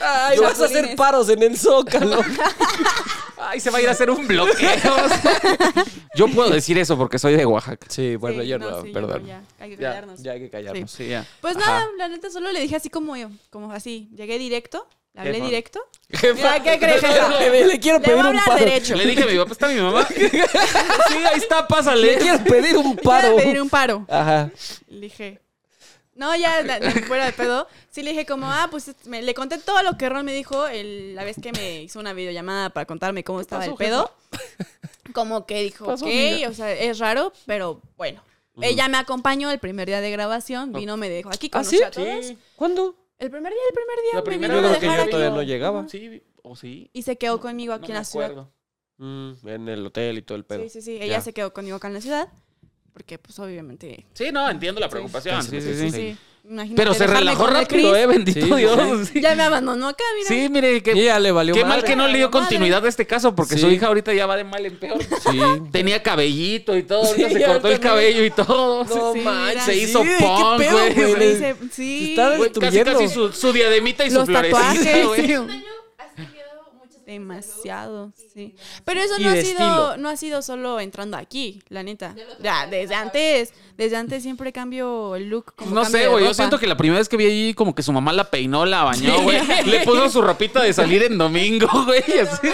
Speaker 1: ¡Ay, vas a hacer
Speaker 3: Chapulines.
Speaker 1: paros en el zócalo!
Speaker 2: ¡Ay, se va a ir a hacer un bloqueo! Yo puedo decir eso porque soy de Oaxaca.
Speaker 1: Sí, bueno,
Speaker 3: Sí,
Speaker 1: yo no,
Speaker 3: sí, yo
Speaker 1: perdón.
Speaker 3: ya. Hay que
Speaker 2: Ya,
Speaker 3: callarnos.
Speaker 1: Ya hay que callarnos.
Speaker 2: Sí, ya.
Speaker 3: Pues
Speaker 2: Ajá.
Speaker 3: nada, la neta solo le dije así como yo, como así. Llegué directo, le hablé
Speaker 2: Jefa.
Speaker 3: directo.
Speaker 2: Jefa,
Speaker 3: Mira, ¿qué crees, jefa?
Speaker 1: Le, le quiero
Speaker 3: Le voy
Speaker 1: pedir
Speaker 3: a
Speaker 1: un
Speaker 3: hablar
Speaker 1: paro.
Speaker 3: derecho.
Speaker 2: le dije a mi papá, ¿está mi mamá? Sí, ahí está,
Speaker 1: Le
Speaker 2: pásale.
Speaker 1: quiero pedir un
Speaker 3: Le
Speaker 1: paro.
Speaker 3: iba a pedir un paro.
Speaker 1: Ajá.
Speaker 3: Le dije. No, ya, na- na- fuera de pedo. Sí le dije como, ah, pues me- le conté todo lo que Ron me dijo el- la vez que me hizo una videollamada para contarme cómo estaba
Speaker 2: pasó,
Speaker 3: el pedo. Como que dijo,
Speaker 2: pasó,
Speaker 3: ok,
Speaker 2: amiga?"
Speaker 3: o sea, es raro, pero bueno. Ella me acompañó el primer día de grabación,
Speaker 2: Ah.
Speaker 3: vino, me dijo, aquí conocí a todos.
Speaker 1: ¿Cuándo?
Speaker 3: El primer día, el primer día.
Speaker 2: La
Speaker 3: me
Speaker 2: primera
Speaker 1: Yo
Speaker 3: vino a
Speaker 1: creo que
Speaker 3: dejar
Speaker 1: yo
Speaker 3: aquí.
Speaker 1: todavía no llegaba.
Speaker 2: Sí, o sí.
Speaker 3: Y se quedó conmigo aquí
Speaker 2: no
Speaker 3: en
Speaker 2: me
Speaker 3: la ciudad.
Speaker 2: acuerdo.
Speaker 1: Mm, en el hotel y todo el pedo.
Speaker 3: Sí, sí, sí. Ella
Speaker 1: Ya.
Speaker 3: se quedó conmigo acá en la ciudad. Porque, pues, obviamente.
Speaker 2: Sí, no, entiendo la preocupación.
Speaker 1: Sí, sí,
Speaker 3: Sí,
Speaker 1: sí.
Speaker 3: imagínate
Speaker 2: Pero se
Speaker 3: dejarme
Speaker 2: relajó
Speaker 3: con el
Speaker 2: rápido,
Speaker 3: Chris.
Speaker 2: ¿eh? Bendito
Speaker 1: Sí, sí,
Speaker 2: Dios.
Speaker 3: Ya me abandonó acá, mira.
Speaker 2: Sí, mire,
Speaker 1: Y
Speaker 2: que
Speaker 1: ya le valió
Speaker 2: Qué mal que no le dio
Speaker 3: Madre.
Speaker 2: continuidad a este caso, porque
Speaker 1: Sí.
Speaker 2: su hija ahorita ya va de mal en peor.
Speaker 1: Sí.
Speaker 2: Tenía cabellito y todo,
Speaker 1: Sí,
Speaker 2: ahorita se
Speaker 1: ya
Speaker 2: cortó el
Speaker 1: ahorita
Speaker 2: cabello y todo.
Speaker 1: No
Speaker 3: Sí,
Speaker 1: manches.
Speaker 3: mira.
Speaker 2: se hizo
Speaker 1: sí,
Speaker 2: punk,
Speaker 1: ¿Qué
Speaker 2: güey.
Speaker 1: pedo,
Speaker 3: Me
Speaker 1: güey?
Speaker 3: dice, sí.
Speaker 1: está
Speaker 2: Güey, casi,
Speaker 1: destruyendo.
Speaker 2: casi su, su diademita y su
Speaker 3: Los
Speaker 2: florecita,
Speaker 3: tatuajes,
Speaker 1: Este
Speaker 2: güey.
Speaker 3: Demasiado, sí. Pero eso
Speaker 1: Y
Speaker 3: no ha
Speaker 1: de estilo.
Speaker 3: sido, no ha sido solo entrando aquí, la neta. Ya, desde antes, desde antes siempre cambio el look. Como
Speaker 2: No
Speaker 3: cambio
Speaker 2: sé,
Speaker 3: de
Speaker 2: güey. Yo
Speaker 3: ropa.
Speaker 2: siento que la primera vez que vi allí, como que su mamá la peinó, la bañó, güey. Le puso su ropita de salir en domingo, güey. así.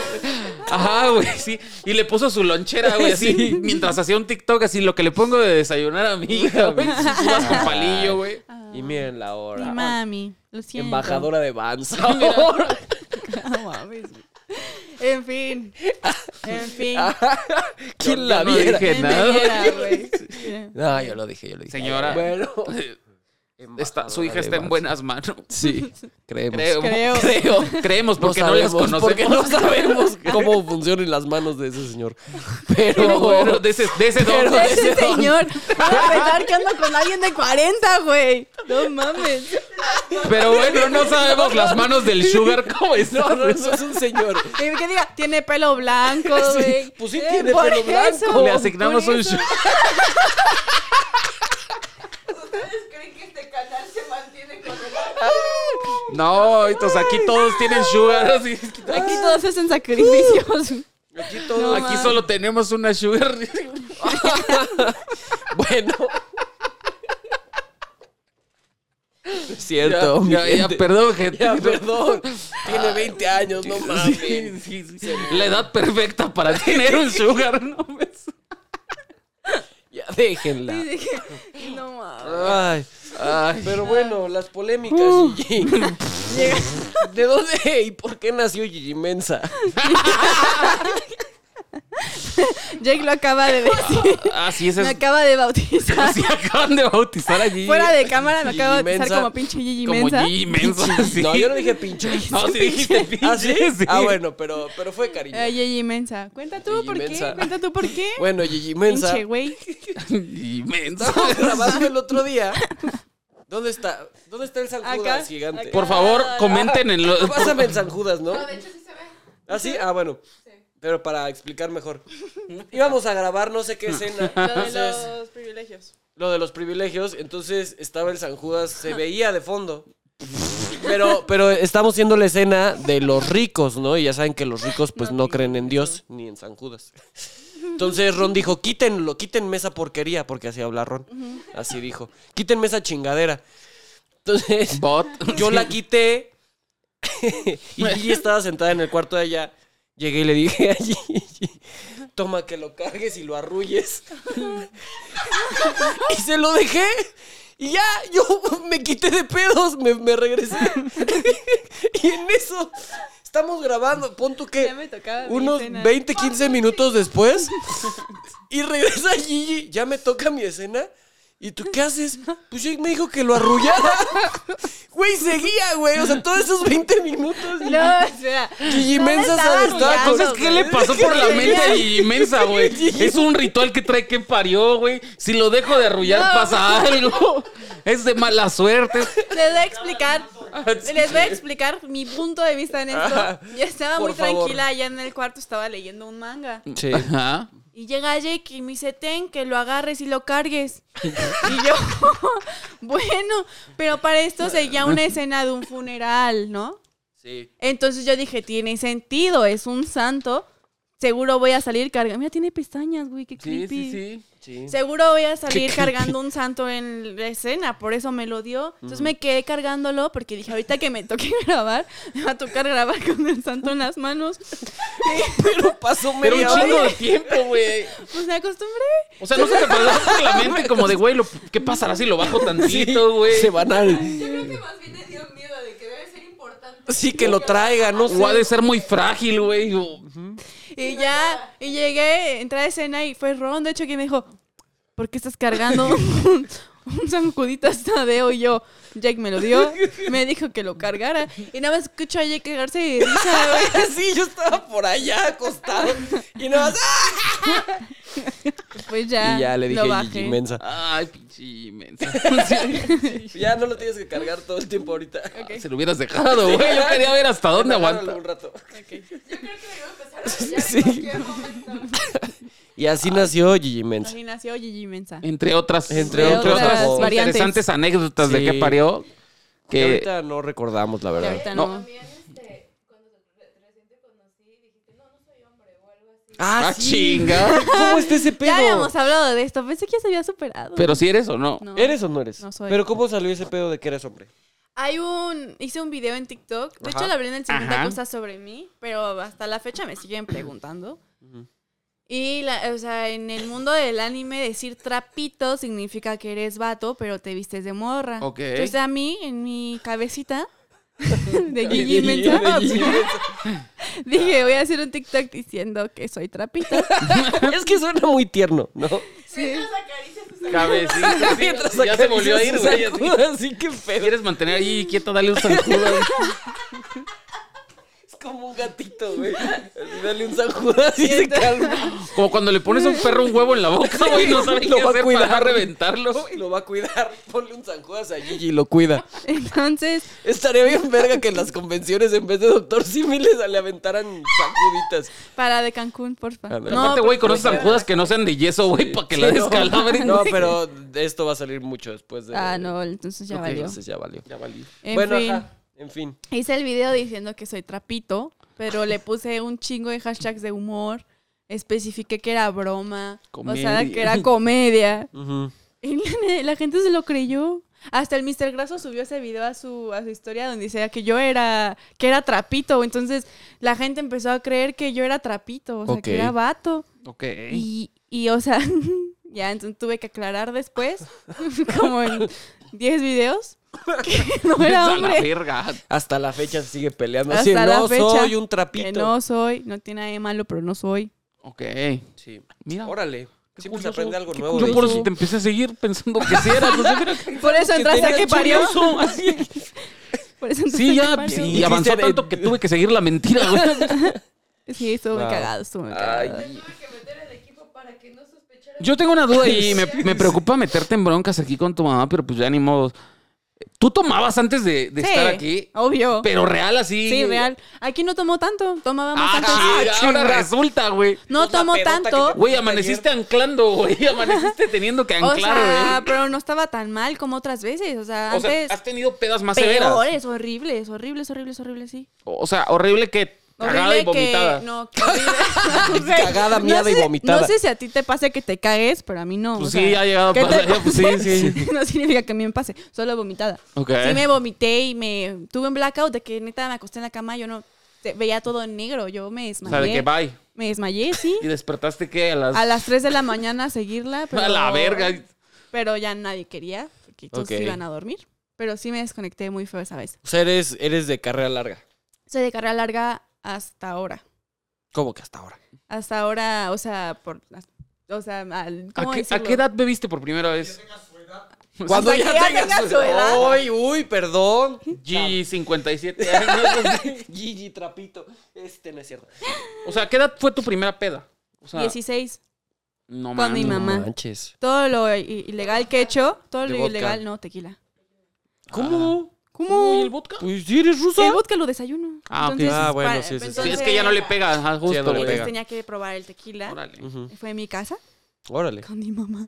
Speaker 2: Ajá, güey, sí. Y le puso su lonchera, güey, así. Mientras hacía un TikTok, así lo que le pongo de desayunar a mi hija, güey. Sus uvas con palillo, güey.
Speaker 1: Y miren la
Speaker 3: Mi
Speaker 1: hora.
Speaker 3: mami, lo siento.
Speaker 1: Embajadora de Vans.
Speaker 3: No mames. En fin. En fin.
Speaker 1: Ah, ¿Quién
Speaker 2: Yo-
Speaker 1: la
Speaker 2: yo no
Speaker 1: viera?
Speaker 2: dije
Speaker 3: En
Speaker 2: Ah, nada.
Speaker 3: manera, güey.
Speaker 1: No, yo lo dije, yo lo dije.
Speaker 2: Señora.
Speaker 1: Bueno.
Speaker 2: Está- su
Speaker 1: Embajadora
Speaker 2: hija está
Speaker 1: de
Speaker 2: en buenas manos.
Speaker 1: Sí, creemos.
Speaker 2: Creo.
Speaker 3: Creo.
Speaker 2: Creemos porque no, las
Speaker 1: sabemos,
Speaker 2: conocemos.
Speaker 1: porque no sabemos cómo funcionan las manos de ese señor. Pero,
Speaker 2: Pero bueno, de ese, de ese don.
Speaker 1: Pero de
Speaker 3: Ese señor. Va a pensar que anda con alguien de 40, güey. No mames.
Speaker 2: Pero bueno, no sabemos las manos del sugar cómo están.
Speaker 1: no, no, eso es un señor.
Speaker 3: Y que diga, tiene pelo blanco,
Speaker 1: Sí,
Speaker 3: güey.
Speaker 1: pues sí
Speaker 3: Eh,
Speaker 1: tiene
Speaker 3: por
Speaker 1: pelo
Speaker 3: eso,
Speaker 1: blanco.
Speaker 2: Le asignamos
Speaker 3: por
Speaker 2: un
Speaker 3: eso.
Speaker 2: sugar.
Speaker 5: ¿Ustedes creen que este canal se mantiene con el
Speaker 3: Ah.
Speaker 2: No, estos aquí todos tienen sugar. así.
Speaker 3: Aquí todos hacen
Speaker 5: Uh.
Speaker 3: sacrificios.
Speaker 1: Aquí
Speaker 3: No,
Speaker 2: Aquí
Speaker 3: man.
Speaker 2: solo tenemos una sugar.
Speaker 1: Bueno. No Es cierto.
Speaker 2: Ya, ya,
Speaker 1: mi gente.
Speaker 2: perdón, gente.
Speaker 1: Ya, perdón. Tiene 20 años, no mames.
Speaker 2: Sí, sí, sí. La edad perfecta para tener un sugar. No, ves?
Speaker 1: Ya déjenla.
Speaker 3: Y dije, no mames.
Speaker 1: Ay, Pero bueno, las polémicas, Gigi. ¿De dónde y por qué nació Gigi Mensa?
Speaker 3: Jake lo acaba de decir.
Speaker 2: Ah, sí, ese
Speaker 3: Me
Speaker 2: es.
Speaker 3: acaba de bautizar.
Speaker 2: Sí, acaban de bautizar allí.
Speaker 3: Fuera de cámara me
Speaker 1: Gigi
Speaker 3: acaba de bautizar
Speaker 1: Mensa.
Speaker 3: como pinche Gigi
Speaker 2: Como
Speaker 3: Mensa.
Speaker 2: G mensa. sí.
Speaker 1: No, yo no dije pinche.
Speaker 2: No, sí dijiste pinche.
Speaker 1: ¿Ah, sí?
Speaker 2: sí.
Speaker 1: Ah, bueno, pero, pero fue cariño.
Speaker 3: Eh, Gigi Mensa. Cuenta tú
Speaker 1: Gigi
Speaker 3: por
Speaker 1: Mensa.
Speaker 3: qué. Cuenta tú por qué.
Speaker 1: Bueno, Gigi Mensa.
Speaker 3: Pinche güey.
Speaker 2: Y mensa.
Speaker 1: Estábamos grabando el otro día. ¿Dónde está? ¿Dónde está el San
Speaker 3: Acá.
Speaker 1: Judas gigante?
Speaker 2: Por favor, comenten en los.
Speaker 1: Pásame el San Judas, ¿no?
Speaker 5: No, de hecho sí se ve.
Speaker 1: ¿Ah, sí? Ah, bueno. Pero para explicar mejor. Íbamos a grabar no sé qué escena. Entonces,
Speaker 3: privilegios.
Speaker 1: lo de los privilegios, entonces estaba el San Judas, se veía de fondo. Pero, pero estamos haciendo la escena de los ricos, ¿no? Y ya saben que los ricos pues no creen en Dios ni en San Judas. Entonces Ron dijo, quítenlo, quítenme esa porquería, porque así habla Ron. Así dijo, quítenme esa chingadera. Entonces
Speaker 2: Bot.
Speaker 1: yo la quité y Gigi estaba sentada en el cuarto de allá. Llegué y le dije a Gigi, toma que lo cargues y lo arrulles. y se lo dejé. Y ya, yo me quité de pedos, me, me regresé. y en eso estamos grabando, pon tú que
Speaker 3: Ya me tocaba mi
Speaker 1: unos
Speaker 3: escena.
Speaker 1: 20, 15 minutos después. y regresa Gigi, ya me toca mi escena. ¿Y tú qué haces? Pues Jake me dijo que lo arrullara. Güey, Güey, seguía, güey. O sea, todos esos 20 minutos. y-
Speaker 3: No, espera.
Speaker 1: Gigi
Speaker 3: No me
Speaker 1: Mensa
Speaker 3: estaba
Speaker 1: se estaba
Speaker 3: mirando,
Speaker 1: con-
Speaker 2: ¿Sabes qué Pues le pasó por la mente a Gigi Mensa, güey? Es un ritual que trae que parió, güey. Si lo dejo de arrullar,
Speaker 3: No.
Speaker 2: pasa algo. Es de mala suerte.
Speaker 3: Les voy a explicar. Les voy a explicar mi punto de vista en esto. Yo estaba
Speaker 1: Por
Speaker 3: muy
Speaker 1: favor.
Speaker 3: tranquila allá en el cuarto, estaba leyendo un manga.
Speaker 2: Eh,
Speaker 1: Sí.
Speaker 2: Ajá.
Speaker 3: Y llega Jake y me dice, ten, que lo agarres y lo cargues. y yo, bueno, pero para esto seguía una escena de un funeral, ¿no?
Speaker 1: Sí.
Speaker 3: Entonces yo dije, tiene sentido, es un santo. Seguro voy a salir cargando. Mira, tiene pestañas, güey, qué
Speaker 2: Sí, sí,
Speaker 3: creepy.
Speaker 2: sí.
Speaker 1: Sí.
Speaker 3: Seguro voy a salir
Speaker 2: creepy.
Speaker 3: cargando un santo en la escena, por eso me lo dio. Entonces me quedé cargándolo porque dije, ahorita que me toque grabar, me va a tocar grabar con el santo en las manos.
Speaker 1: Pero pasó
Speaker 2: Pero un
Speaker 1: media hora.
Speaker 2: chingo de tiempo, güey.
Speaker 3: Pues me acostumbré.
Speaker 2: O sea, no se te pasó por la mente como de, güey, lo- ¿qué pasará si lo bajo tantito, güey?
Speaker 1: Se van al...
Speaker 5: Yo creo que más bien le dio miedo de que debe ser importante.
Speaker 1: Sí, que lo traiga, no sé.
Speaker 2: O ha de ser muy frágil, güey. o-
Speaker 3: Y ya, y llegué, entré a escena y fue Ron, de hecho, quien me dijo, ¿por qué estás cargando un, un zancudito hasta de Y yo, Jake me lo dio, me dijo que lo cargara. Y nada más escucho a Jake cargarse y risa, güey.
Speaker 1: Sí, yo estaba por allá acostado y nada más... ¡ah!
Speaker 3: Pues ya,
Speaker 1: Y ya le dije
Speaker 3: lo
Speaker 1: Gigi
Speaker 3: bajé.
Speaker 1: Mensa.
Speaker 2: Ay, pinche inmensa.
Speaker 1: Ya no lo tienes que cargar todo el tiempo ahorita.
Speaker 2: Se lo hubieras dejado, güey. Yo quería ver hasta dónde aguanta.
Speaker 1: Un rato.
Speaker 5: Yo creo que debemos empezar a brillar
Speaker 1: Sí.
Speaker 5: en cualquier momento.
Speaker 1: Y así nació Gigi Mensa.
Speaker 3: Así nació Gigi Mensa.
Speaker 2: Entre otras,
Speaker 1: Entre
Speaker 3: otras variantes.
Speaker 2: interesantes anécdotas de
Speaker 1: Sí.
Speaker 2: qué parió.
Speaker 1: Que
Speaker 2: Que
Speaker 1: ahorita no recordamos, la
Speaker 3: Y
Speaker 1: verdad.
Speaker 3: ahorita
Speaker 2: no.
Speaker 3: no.
Speaker 5: También, este, cuando re- recién te conocí, dijiste, no, no soy hombre o algo así.
Speaker 2: Ah, chinga.
Speaker 1: ¿Cómo está ese pedo?
Speaker 3: Ya habíamos hablado de esto, pensé que ya se había superado.
Speaker 2: Pero si eres o no.
Speaker 3: No.
Speaker 1: ¿Eres o no eres?
Speaker 3: No soy.
Speaker 1: Pero ¿cómo salió ese pedo de que eres hombre?
Speaker 3: Hay un, hice un video en TikTok, de
Speaker 1: Ajá.
Speaker 3: hecho le hablé en el 50
Speaker 2: Ajá.
Speaker 3: cosas sobre mí, pero hasta la fecha me siguen preguntando. Y, la- o sea, en el mundo del anime decir trapito significa que eres vato, pero te vistes de morra.
Speaker 2: Ok.
Speaker 3: Entonces a mí, en mi cabecita de Gigi Mensa, dije, voy a hacer un TikTok diciendo que soy trapito.
Speaker 1: es que suena muy tierno, ¿no?
Speaker 5: Mientras acaricias tus
Speaker 2: Cabecita.
Speaker 1: Mientras
Speaker 2: ya se volvió a ir,
Speaker 1: acaricias
Speaker 2: güey.
Speaker 1: esa
Speaker 2: así.
Speaker 1: cruda, Así que pedo.
Speaker 2: ¿Quieres mantener ahí quieto? Dale un zancudo. ahí.
Speaker 1: Es como un gatito, güey. Así Dale un zanjudas y se calma.
Speaker 2: Como cuando le pones a un perro un huevo en la boca, güey. No sabe
Speaker 1: Lo
Speaker 2: qué
Speaker 1: va a
Speaker 2: hacer
Speaker 1: cuidar.
Speaker 2: para reventarlo. güey.
Speaker 1: Lo va a cuidar. Ponle un zanjudas a Gigi y lo cuida.
Speaker 3: Entonces,
Speaker 1: Estaría bien verga que en las convenciones en vez de doctor símiles le aventaran zanjuditas.
Speaker 3: para de Cancún, porfa.
Speaker 1: Ándale.
Speaker 2: Aparte, güey,
Speaker 3: por
Speaker 2: conoces
Speaker 3: favor.
Speaker 2: zancudas que no sean de yeso, güey, para que la
Speaker 1: Sí, no.
Speaker 2: descalabren.
Speaker 1: No, pero esto va a salir mucho después de.
Speaker 3: Ah, no, entonces ya
Speaker 2: Ok,
Speaker 3: valió.
Speaker 1: Entonces ya valió.
Speaker 2: Ya valí.
Speaker 3: En
Speaker 1: bueno,
Speaker 3: fin.
Speaker 1: ajá. En fin.
Speaker 3: Hice el video diciendo que soy trapito, pero le puse un chingo de hashtags de humor. Especifiqué que era broma, o sea,
Speaker 2: Comedia.
Speaker 3: que era comedia.
Speaker 1: Ujú.
Speaker 3: Y la, la gente se lo creyó. Hasta el Mr. Graso subió ese video a su, a su historia donde decía que yo era, que era trapito. Entonces la gente empezó a creer que yo era trapito, o sea,
Speaker 1: Ok.
Speaker 3: que era vato.
Speaker 2: Ok.
Speaker 3: Y, y, o sea, ya entonces tuve que aclarar después, como en 10 videos, que no
Speaker 2: A
Speaker 3: era
Speaker 2: la
Speaker 3: hombre.
Speaker 2: verga.
Speaker 1: Hasta la fecha se sigue peleando.
Speaker 3: Hasta
Speaker 1: Así,
Speaker 3: la
Speaker 1: no
Speaker 3: fecha.
Speaker 1: soy un trapito.
Speaker 3: Que no soy, no tiene nada de malo, pero no soy.
Speaker 2: Ok.
Speaker 1: Sí.
Speaker 2: Mira.
Speaker 1: Órale. Siempre se
Speaker 2: curioso,
Speaker 1: aprende algo
Speaker 2: qué
Speaker 1: nuevo. de
Speaker 2: curioso. Yo por
Speaker 1: eso.
Speaker 2: si te empecé a seguir pensando que sí eras. o sea, mira,
Speaker 3: Por eso entraste a que parió.
Speaker 2: curioso, así.
Speaker 3: Por eso entraste
Speaker 2: Sí,
Speaker 3: a que
Speaker 2: ya. pues,
Speaker 3: parió.
Speaker 2: Y avanzó
Speaker 1: Dijiste de-
Speaker 2: tanto que tuve que seguir la mentira, güey.
Speaker 3: Sí, estuvo muy
Speaker 1: Wow.
Speaker 3: cagado, estuvo muy cagado.
Speaker 1: Ay,
Speaker 5: Tuve que meter el equipo para que no sospechara.
Speaker 2: Yo tengo una duda y me, me preocupa meterte en broncas aquí con tu mamá, pero pues ya ni modo. Tú tomabas antes de, de
Speaker 3: Sí,
Speaker 2: estar aquí,
Speaker 3: Obvio.
Speaker 2: pero real así.
Speaker 3: Sí, real. Aquí no tomó tanto, tomábamos
Speaker 2: Ah,
Speaker 3: antes.
Speaker 2: chinga, ahora resulta, güey.
Speaker 3: No
Speaker 1: Pues la
Speaker 3: tomó
Speaker 1: pedota que
Speaker 3: tanto.
Speaker 2: Güey, amaneciste anclando, güey. Amaneciste teniendo que
Speaker 3: O
Speaker 2: anclar,
Speaker 3: sea,
Speaker 2: güey.
Speaker 3: pero no estaba tan mal como otras veces. O sea,
Speaker 2: ¿eh? O sea,
Speaker 3: antes
Speaker 2: has tenido pedas más severas.
Speaker 3: peores, horribles, horribles, horribles, horribles, sí.
Speaker 2: O sea, horrible que cagada y
Speaker 3: Horrible
Speaker 2: vomitada.
Speaker 3: que. No, que horrible. Güey,
Speaker 1: Cagada,
Speaker 3: no
Speaker 1: miada y
Speaker 3: sé-
Speaker 1: vomitada.
Speaker 3: No sé si a ti te pase que te cagues, pero a mí no.
Speaker 2: Pues
Speaker 3: o
Speaker 2: sí,
Speaker 3: sea,
Speaker 2: ha llegado a
Speaker 3: ¿qué te
Speaker 2: pasar, ya, pues sí,
Speaker 3: pase?
Speaker 2: sí.
Speaker 3: No significa que a mí me pase, solo vomitada.
Speaker 2: Ok.
Speaker 3: Sí me vomité y me tuve un blackout de que neta me acosté en la cama, yo no te- veía todo en negro, yo me
Speaker 2: O
Speaker 3: desmayé.
Speaker 2: sea, de que bye.
Speaker 3: Me desmayé, sí.
Speaker 2: ¿Y despertaste qué? A las.
Speaker 3: A las 3 de la mañana a seguirla, pero
Speaker 2: A la verga.
Speaker 3: Pero ya nadie quería, porque todos
Speaker 1: Ok.
Speaker 3: iban a dormir. Pero sí me desconecté muy feo esa vez.
Speaker 1: O sea, eres, eres de carrera larga.
Speaker 3: Soy de carrera larga hasta ahora.
Speaker 1: ¿Cómo que hasta ahora?
Speaker 3: Hasta ahora, o sea, por las- o sea, al-
Speaker 2: ¿A
Speaker 3: ¿cómo
Speaker 2: qué, a
Speaker 3: decirlo?
Speaker 2: qué edad bebiste por primera vez?
Speaker 1: Cuando
Speaker 3: Hasta
Speaker 1: ya,
Speaker 3: que ya
Speaker 1: tengas
Speaker 3: tenga su edad.
Speaker 1: Uy, uy, perdón.
Speaker 2: Gigi, 57 años.
Speaker 1: Gigi, trapito. Este no es cierto.
Speaker 2: O sea, ¿qué edad fue tu primera peda? O sea,
Speaker 3: 16.
Speaker 2: no
Speaker 3: con mi
Speaker 2: mames.
Speaker 3: mamá.
Speaker 1: Manches.
Speaker 3: Todo lo i- ilegal que he hecho, todo
Speaker 1: De
Speaker 3: lo
Speaker 1: vodka.
Speaker 3: ilegal, no, tequila.
Speaker 1: ¿Cómo?
Speaker 2: ¿Cómo? ¿Y el vodka?
Speaker 1: Pues si eres rusa.
Speaker 3: El vodka lo desayuno.
Speaker 2: Ah, ok.
Speaker 1: Ah,
Speaker 3: pa-
Speaker 1: bueno, sí, sí, sí.
Speaker 2: Sí, es que ya no le pega, ajá, justo.
Speaker 1: no le
Speaker 2: güey.
Speaker 3: Entonces
Speaker 1: pega.
Speaker 3: tenía que probar el tequila.
Speaker 2: Órale.
Speaker 1: Ujú.
Speaker 3: Fue en mi casa
Speaker 1: Órale.
Speaker 3: con mi mamá.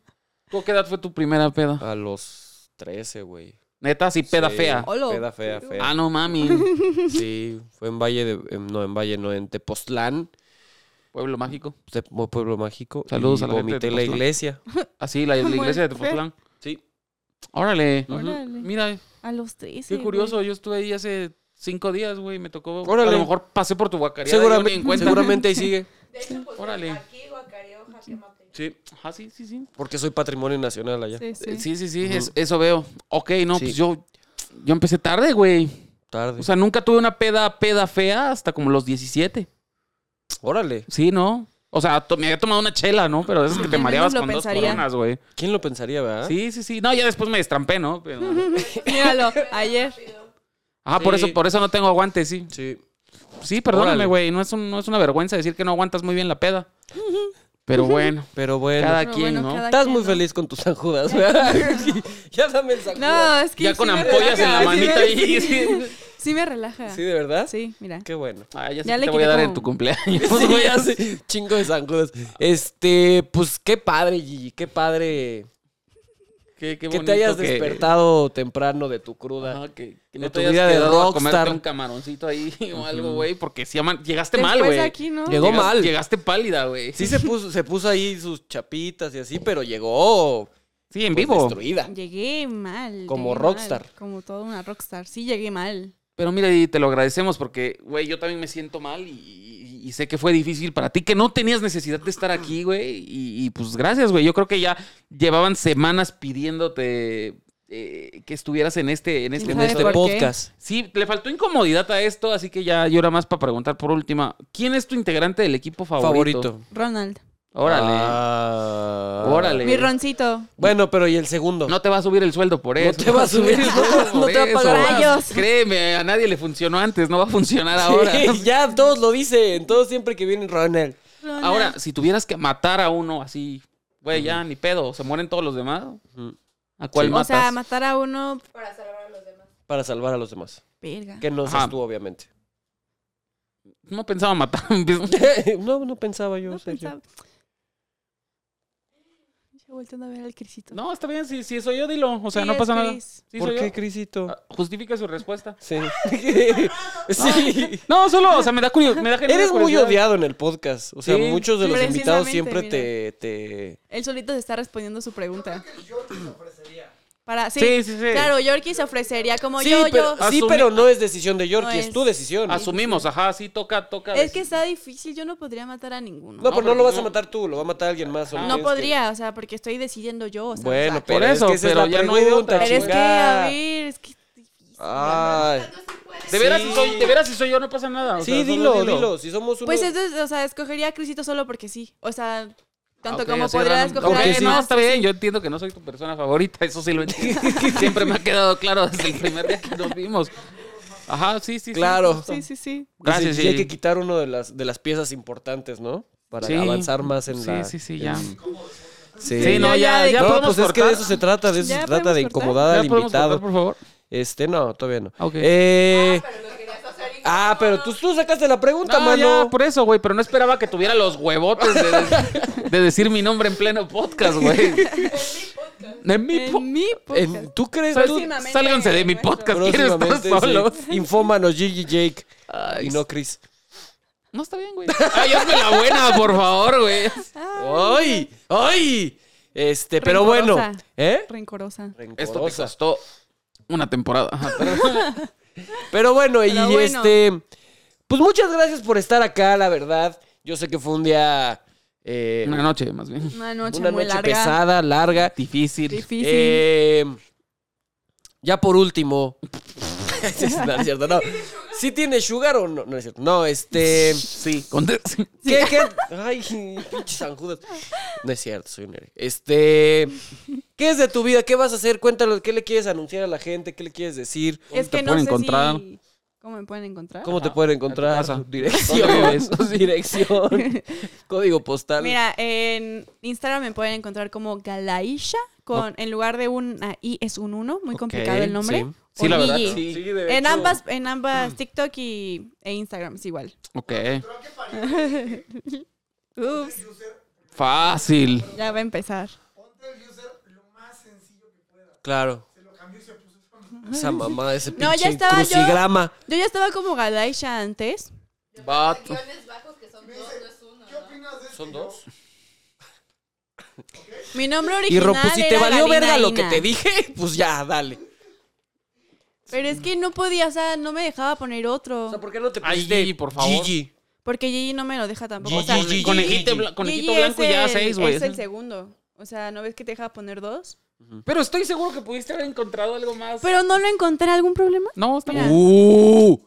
Speaker 2: ¿Tú a qué edad fue tu primera peda?
Speaker 1: A los 13, güey.
Speaker 2: Neta, sí, peda
Speaker 1: Sí,
Speaker 2: fea.
Speaker 3: Olo.
Speaker 1: Peda fea, fea.
Speaker 2: Ah, no mami.
Speaker 1: Sí, fue en Valle de... en- no, en Valle, no, en Tepoztlán,
Speaker 2: Pueblo mágico.
Speaker 1: de Mo- Pueblo Mágico.
Speaker 2: Saludos
Speaker 1: y
Speaker 2: a la gente de
Speaker 1: vomité en la
Speaker 2: Tepoztlán.
Speaker 1: iglesia.
Speaker 2: Así, la, la
Speaker 3: Muy
Speaker 2: iglesia de
Speaker 3: fea.
Speaker 2: Tepoztlán.
Speaker 1: Sí.
Speaker 2: Órale.
Speaker 1: Ujú.
Speaker 3: Órale.
Speaker 2: Mira,
Speaker 3: A los 13.
Speaker 2: qué
Speaker 3: güey.
Speaker 2: curioso. Yo estuve ahí hace cinco días, güey. Me tocó.
Speaker 1: Órale.
Speaker 2: A lo mejor pasé por tu guacaría.
Speaker 1: Seguramente,
Speaker 2: yo ni en cuenta.
Speaker 1: seguramente ahí sigue.
Speaker 5: De hecho, pues
Speaker 2: Órale.
Speaker 5: aquí Guacario, Jaque Mate.
Speaker 1: Sí.
Speaker 2: Ajá, sí, sí, sí.
Speaker 1: Porque soy patrimonio nacional allá.
Speaker 3: Sí,
Speaker 2: Eh, Sí,
Speaker 3: sí.
Speaker 2: sí, sí. es- eso veo. Ok, no,
Speaker 1: Sí.
Speaker 2: pues yo. Yo empecé tarde, güey.
Speaker 1: Tarde.
Speaker 2: O sea, nunca tuve una peda, peda fea hasta como los 17.
Speaker 1: Órale.
Speaker 2: Sí, ¿no? O sea, to- me había tomado una chela, ¿no? Pero es que te
Speaker 3: menos
Speaker 2: mareabas
Speaker 3: lo
Speaker 2: con dos
Speaker 3: pensaría. ¿Ah?
Speaker 2: coronas, güey.
Speaker 1: ¿Quién lo pensaría, verdad?
Speaker 2: Sí, sí, sí. No, ya después me destrampé, ¿no? Pero-
Speaker 3: Míralo, ayer.
Speaker 2: Ah, por
Speaker 1: Sí.
Speaker 2: eso, por eso no tengo aguante, sí.
Speaker 1: Sí.
Speaker 2: Sí, perdóname,
Speaker 1: Órale.
Speaker 2: güey. No, es un- no es una vergüenza decir que no aguantas muy bien la peda. Pero bueno,
Speaker 1: Pero bueno.
Speaker 2: cada
Speaker 3: Pero
Speaker 2: quien,
Speaker 3: bueno,
Speaker 2: ¿no?
Speaker 3: cada
Speaker 1: Estás
Speaker 3: quien,
Speaker 1: muy
Speaker 3: ¿no?
Speaker 1: feliz con tus San Judas, ¿verdad? Sí, ya dame el San
Speaker 3: No,
Speaker 1: Judas.
Speaker 3: es que.
Speaker 2: ya
Speaker 3: sí
Speaker 2: con
Speaker 3: me
Speaker 2: ampollas en
Speaker 3: relaja,
Speaker 2: la
Speaker 3: sí
Speaker 2: manita
Speaker 3: me-
Speaker 2: ahí. sí.
Speaker 3: Sí, me relaja.
Speaker 1: ¿Sí,
Speaker 3: Sí,
Speaker 1: de verdad?
Speaker 3: mira.
Speaker 1: Qué bueno.
Speaker 2: Ah, ya sé
Speaker 3: Ya
Speaker 2: que
Speaker 3: le
Speaker 2: te voy a
Speaker 3: quité
Speaker 2: dar en
Speaker 3: como-
Speaker 2: tu cumpleaños,
Speaker 1: Pues
Speaker 2: güey.
Speaker 1: güey, hace chingo de San Judas. Este, pues qué padre, Gigi, qué padre
Speaker 2: Qué- qué
Speaker 1: que
Speaker 2: bonito
Speaker 1: te hayas
Speaker 2: que-
Speaker 1: despertado temprano de tu cruda.
Speaker 2: Ajá, que, que
Speaker 1: De
Speaker 2: no
Speaker 1: tu
Speaker 2: te hayas
Speaker 1: vida de
Speaker 2: quedado a
Speaker 1: rockstar.
Speaker 2: comerte un camaroncito ahí o algo, güey, porque si aman- llegaste mal,
Speaker 3: Después
Speaker 2: güey.
Speaker 3: aquí, ¿no?
Speaker 1: Llegó
Speaker 2: Llegas-
Speaker 1: mal.
Speaker 2: Llegaste pálida, güey.
Speaker 1: Sí
Speaker 2: Sí,
Speaker 1: se puso, se puso ahí sus chapitas y así, pero llegó
Speaker 2: en
Speaker 1: pues,
Speaker 2: vivo.
Speaker 1: destruida.
Speaker 3: Llegué mal.
Speaker 1: Como
Speaker 3: llegué mal,
Speaker 1: rockstar.
Speaker 3: como toda una rockstar. Sí, llegué mal.
Speaker 2: Pero mira, y te lo agradecemos porque, güey, yo también me siento mal y, y- y sé que fue difícil para ti, que no tenías necesidad de estar aquí, güey. Y, y, pues gracias, güey. Yo creo que ya llevaban semanas pidiéndote eh, que estuvieras en este, en este,
Speaker 3: ¿Quién
Speaker 1: En
Speaker 3: sabe
Speaker 1: este
Speaker 3: por qué?
Speaker 1: podcast.
Speaker 2: Sí, le faltó incomodidad a esto, así que ya yo era más para preguntar por última. ¿Quién es tu integrante del equipo favorito?
Speaker 1: Favorito.
Speaker 3: Ronald.
Speaker 2: Órale.
Speaker 1: Ah.
Speaker 2: Órale.
Speaker 3: Mi roncito.
Speaker 1: Bueno, pero ¿y el segundo?
Speaker 2: No te va a subir el sueldo por eso.
Speaker 1: te va a subir el sueldo,
Speaker 2: por
Speaker 1: no te va a
Speaker 2: eso.
Speaker 1: pagar
Speaker 3: Rayos.
Speaker 2: Créeme, a nadie le funcionó antes, no va a funcionar
Speaker 1: Sí,
Speaker 2: ahora.
Speaker 1: ya todos lo dicen, todos siempre que vienen Ronald.
Speaker 3: Ronald.
Speaker 2: Ahora, si tuvieras que matar a uno así, güey, ya ni pedo, se mueren todos los demás.
Speaker 1: Ujú.
Speaker 2: ¿A cuál
Speaker 3: O
Speaker 2: matas?
Speaker 3: sea, matar a uno.
Speaker 5: Para salvar a los demás.
Speaker 1: Para salvar a los demás.
Speaker 3: Verga.
Speaker 1: Que no
Speaker 2: Ajá.
Speaker 1: seas tú, obviamente.
Speaker 2: No pensaba matar.
Speaker 1: no, no pensaba yo.
Speaker 3: No
Speaker 1: Sergio.
Speaker 3: pensaba. Ya volteando a ver al Crisito.
Speaker 2: no, está bien, si, si soy yo, dilo. O sea,
Speaker 3: Sí,
Speaker 2: no
Speaker 3: es
Speaker 2: pasa nada.
Speaker 3: Chris.
Speaker 2: Sí,
Speaker 1: ¿Por
Speaker 2: soy
Speaker 1: qué,
Speaker 2: yo.
Speaker 1: Crisito?
Speaker 2: Ah, Justifica su respuesta.
Speaker 1: Sí.
Speaker 3: Ah,
Speaker 1: sí.
Speaker 2: No, solo, o sea, me da curiosidad. Me da genuina
Speaker 1: Eres muy
Speaker 2: curiosidad.
Speaker 1: odiado en el podcast. O sea,
Speaker 2: Sí,
Speaker 1: muchos de
Speaker 3: sí.
Speaker 1: los invitados
Speaker 3: Precisamente,
Speaker 1: siempre
Speaker 3: mira.
Speaker 1: te, te-
Speaker 3: Él solito se está respondiendo su pregunta. Para, sí,
Speaker 2: Sí, sí, sí.
Speaker 3: Claro, Yorkie se ofrecería como
Speaker 1: Sí,
Speaker 3: yo,
Speaker 1: pero,
Speaker 3: yo.
Speaker 1: sí,
Speaker 2: Asumí-
Speaker 1: pero no es decisión de Yorkie,
Speaker 3: No
Speaker 1: es.
Speaker 3: es.
Speaker 1: tu decisión.
Speaker 2: Asumimos, ajá, sí, toca, toca.
Speaker 3: Es que está difícil, yo no podría matar a ninguno.
Speaker 1: No,
Speaker 2: No,
Speaker 1: pero no
Speaker 2: pero
Speaker 1: lo vas
Speaker 2: no.
Speaker 1: a matar tú, lo va a matar alguien más. solo
Speaker 2: No
Speaker 3: No
Speaker 1: tienes que-
Speaker 3: podría, o sea, porque estoy decidiendo yo. o sea,
Speaker 1: Bueno,
Speaker 3: o sea,
Speaker 1: pero
Speaker 2: Por eso,
Speaker 1: es que esa es
Speaker 2: pero
Speaker 1: la
Speaker 2: ya no hay de
Speaker 1: pregunta,
Speaker 2: otra,
Speaker 3: pero es que, a
Speaker 1: chingada.
Speaker 3: ver, es que es difícil.
Speaker 1: Ay.
Speaker 2: De veras,
Speaker 1: Sí.
Speaker 2: si soy, de veras si soy yo, no pasa nada. o sea,
Speaker 1: Sí,
Speaker 2: solo
Speaker 1: dilo, dilo, Si somos unos...
Speaker 3: Pues entonces, o sea, escogería a Crisito solo porque sí. O sea, tanto
Speaker 2: Ok,
Speaker 3: como
Speaker 2: o sea,
Speaker 3: podría
Speaker 2: no-
Speaker 3: escoger
Speaker 2: ok,
Speaker 3: a alguien
Speaker 2: no,
Speaker 3: más, pues
Speaker 2: está bien, yo entiendo que no soy tu persona favorita, eso sí lo entiendo. Siempre me ha quedado claro desde el primer día que nos vimos. Ajá, sí, sí. sí.
Speaker 1: Claro.
Speaker 3: Sí, sí, sí.
Speaker 2: Gracias,
Speaker 1: Dice,
Speaker 2: Ah, sí.
Speaker 1: y hay que quitar una de las, de las piezas importantes, ¿no? Para
Speaker 2: Sí.
Speaker 1: avanzar más en
Speaker 2: Sí,
Speaker 1: la...
Speaker 2: sí, sí, ya.
Speaker 1: Sí.
Speaker 2: Sí, no,
Speaker 3: Ya, ya,
Speaker 2: ya,
Speaker 3: de-
Speaker 2: ya
Speaker 1: No,
Speaker 2: podemos
Speaker 1: pues es que de
Speaker 2: cortar.
Speaker 1: eso se trata, de eso
Speaker 3: ¿Ya
Speaker 1: se trata,
Speaker 3: podemos
Speaker 1: de
Speaker 3: cortar?
Speaker 1: incomodar
Speaker 2: Ya
Speaker 1: al
Speaker 2: podemos
Speaker 1: invitado.
Speaker 2: cortar, por favor.
Speaker 1: Este, no, todavía no.
Speaker 2: Ah, ok.
Speaker 1: Eh,
Speaker 5: Pero lo querías hacer y
Speaker 1: ah, pero tú, tú sacaste la pregunta,
Speaker 2: Ah,
Speaker 1: mano.
Speaker 2: ya, por eso, güey, pero no esperaba que tuviera los huevotes de, de decir mi nombre en pleno podcast, güey. En mi podcast.
Speaker 3: En mi podcast.
Speaker 1: En- ¿Tú crees?
Speaker 2: Sal-
Speaker 1: tú-
Speaker 3: Próximamente
Speaker 2: Sálganse de mi
Speaker 3: nuestro-
Speaker 2: podcast, quiero estar
Speaker 1: Próximamente,
Speaker 2: solo.
Speaker 1: sí. Infómanos, Gigi Jake.
Speaker 2: Ay,
Speaker 1: Y no Chris.
Speaker 2: No está bien, güey. Ay, hazme la buena, por favor, güey.
Speaker 1: ¡Ay! ¡Ay! Este, pero bueno.
Speaker 3: Rencorosa.
Speaker 1: ¿Eh?
Speaker 3: Rencorosa.
Speaker 2: Esto te
Speaker 1: Rencorosa.
Speaker 2: costó una temporada. Ajá, pero-
Speaker 1: Pero bueno, y
Speaker 3: Pero bueno.
Speaker 1: este. Pues muchas gracias por estar acá, la verdad. Yo sé que fue un día. eh,
Speaker 2: Una noche, más bien.
Speaker 3: Una noche
Speaker 1: una
Speaker 3: muy
Speaker 1: noche
Speaker 3: larga.
Speaker 1: pesada, larga.
Speaker 2: Difícil.
Speaker 3: Difícil.
Speaker 1: Eh, ya por último, no, no es cierto, no. ¿Sí tiene sugar o no? No es cierto. No, este.
Speaker 2: Sí, con...
Speaker 1: ¿Qué, qué? Ay, pinche San Judas. No es cierto, soy un héroe. Este. ¿Qué es de tu vida? ¿Qué vas a hacer? Cuéntalo. ¿Qué le quieres anunciar a la gente? ¿Qué le quieres decir?
Speaker 3: Es
Speaker 2: te
Speaker 3: que no sé
Speaker 2: pueden encontrar?
Speaker 3: si... ¿Cómo me pueden encontrar?
Speaker 1: ¿Cómo te pueden encontrar?
Speaker 2: a tu casa. ¿Dónde
Speaker 1: Dirección. Dirección. Código postal.
Speaker 3: Mira, en Instagram me pueden encontrar como Galaisha, con, en lugar de una I es un 1, muy complicado el nombre.
Speaker 2: sí.
Speaker 3: o
Speaker 2: Sí, Mm. la verdad,
Speaker 3: Gigi.
Speaker 1: Sí, de
Speaker 3: En
Speaker 1: hecho.
Speaker 3: ambas, en ambas TikTok y, e Instagram es igual.
Speaker 2: Ok.
Speaker 3: Ups,
Speaker 2: Fácil.
Speaker 3: ya va a empezar.
Speaker 1: Claro. Esa mamá, ese
Speaker 3: No, ya
Speaker 1: pinche
Speaker 3: estaba yo.
Speaker 1: crucigrama.
Speaker 3: Yo ya estaba como Galaisha antes.
Speaker 2: Vato.
Speaker 5: Guiones bajos que son dos, no es uno. ¿no?
Speaker 1: Son dos.
Speaker 3: Mi nombre
Speaker 1: Y
Speaker 3: original
Speaker 1: Ro, pues, si te
Speaker 3: era
Speaker 1: valió
Speaker 3: Galina
Speaker 1: verga lo que
Speaker 3: Ina.
Speaker 1: te dije, pues ya, dale.
Speaker 3: Pero es que no podía, o sea, no me dejaba poner
Speaker 1: O sea,
Speaker 3: otro.
Speaker 1: ¿por qué no te
Speaker 2: Ay,
Speaker 1: pusiste
Speaker 2: Gigi, por favor.
Speaker 1: Gigi?
Speaker 3: Porque Gigi no me lo deja tampoco.
Speaker 2: O sea,
Speaker 1: Gigi,
Speaker 2: conejito,
Speaker 1: Gigi.
Speaker 2: bla- conejito
Speaker 3: Gigi
Speaker 2: blanco
Speaker 3: es
Speaker 2: y ya
Speaker 3: el-
Speaker 2: seis, güey.
Speaker 3: Es el segundo. O sea, ¿no ves que te deja poner dos?
Speaker 2: Pero estoy seguro que pudiste haber encontrado algo más.
Speaker 3: Pero no lo encontré. ¿Algún problema?
Speaker 2: No, está
Speaker 3: Mira.
Speaker 2: bien.
Speaker 1: Uh,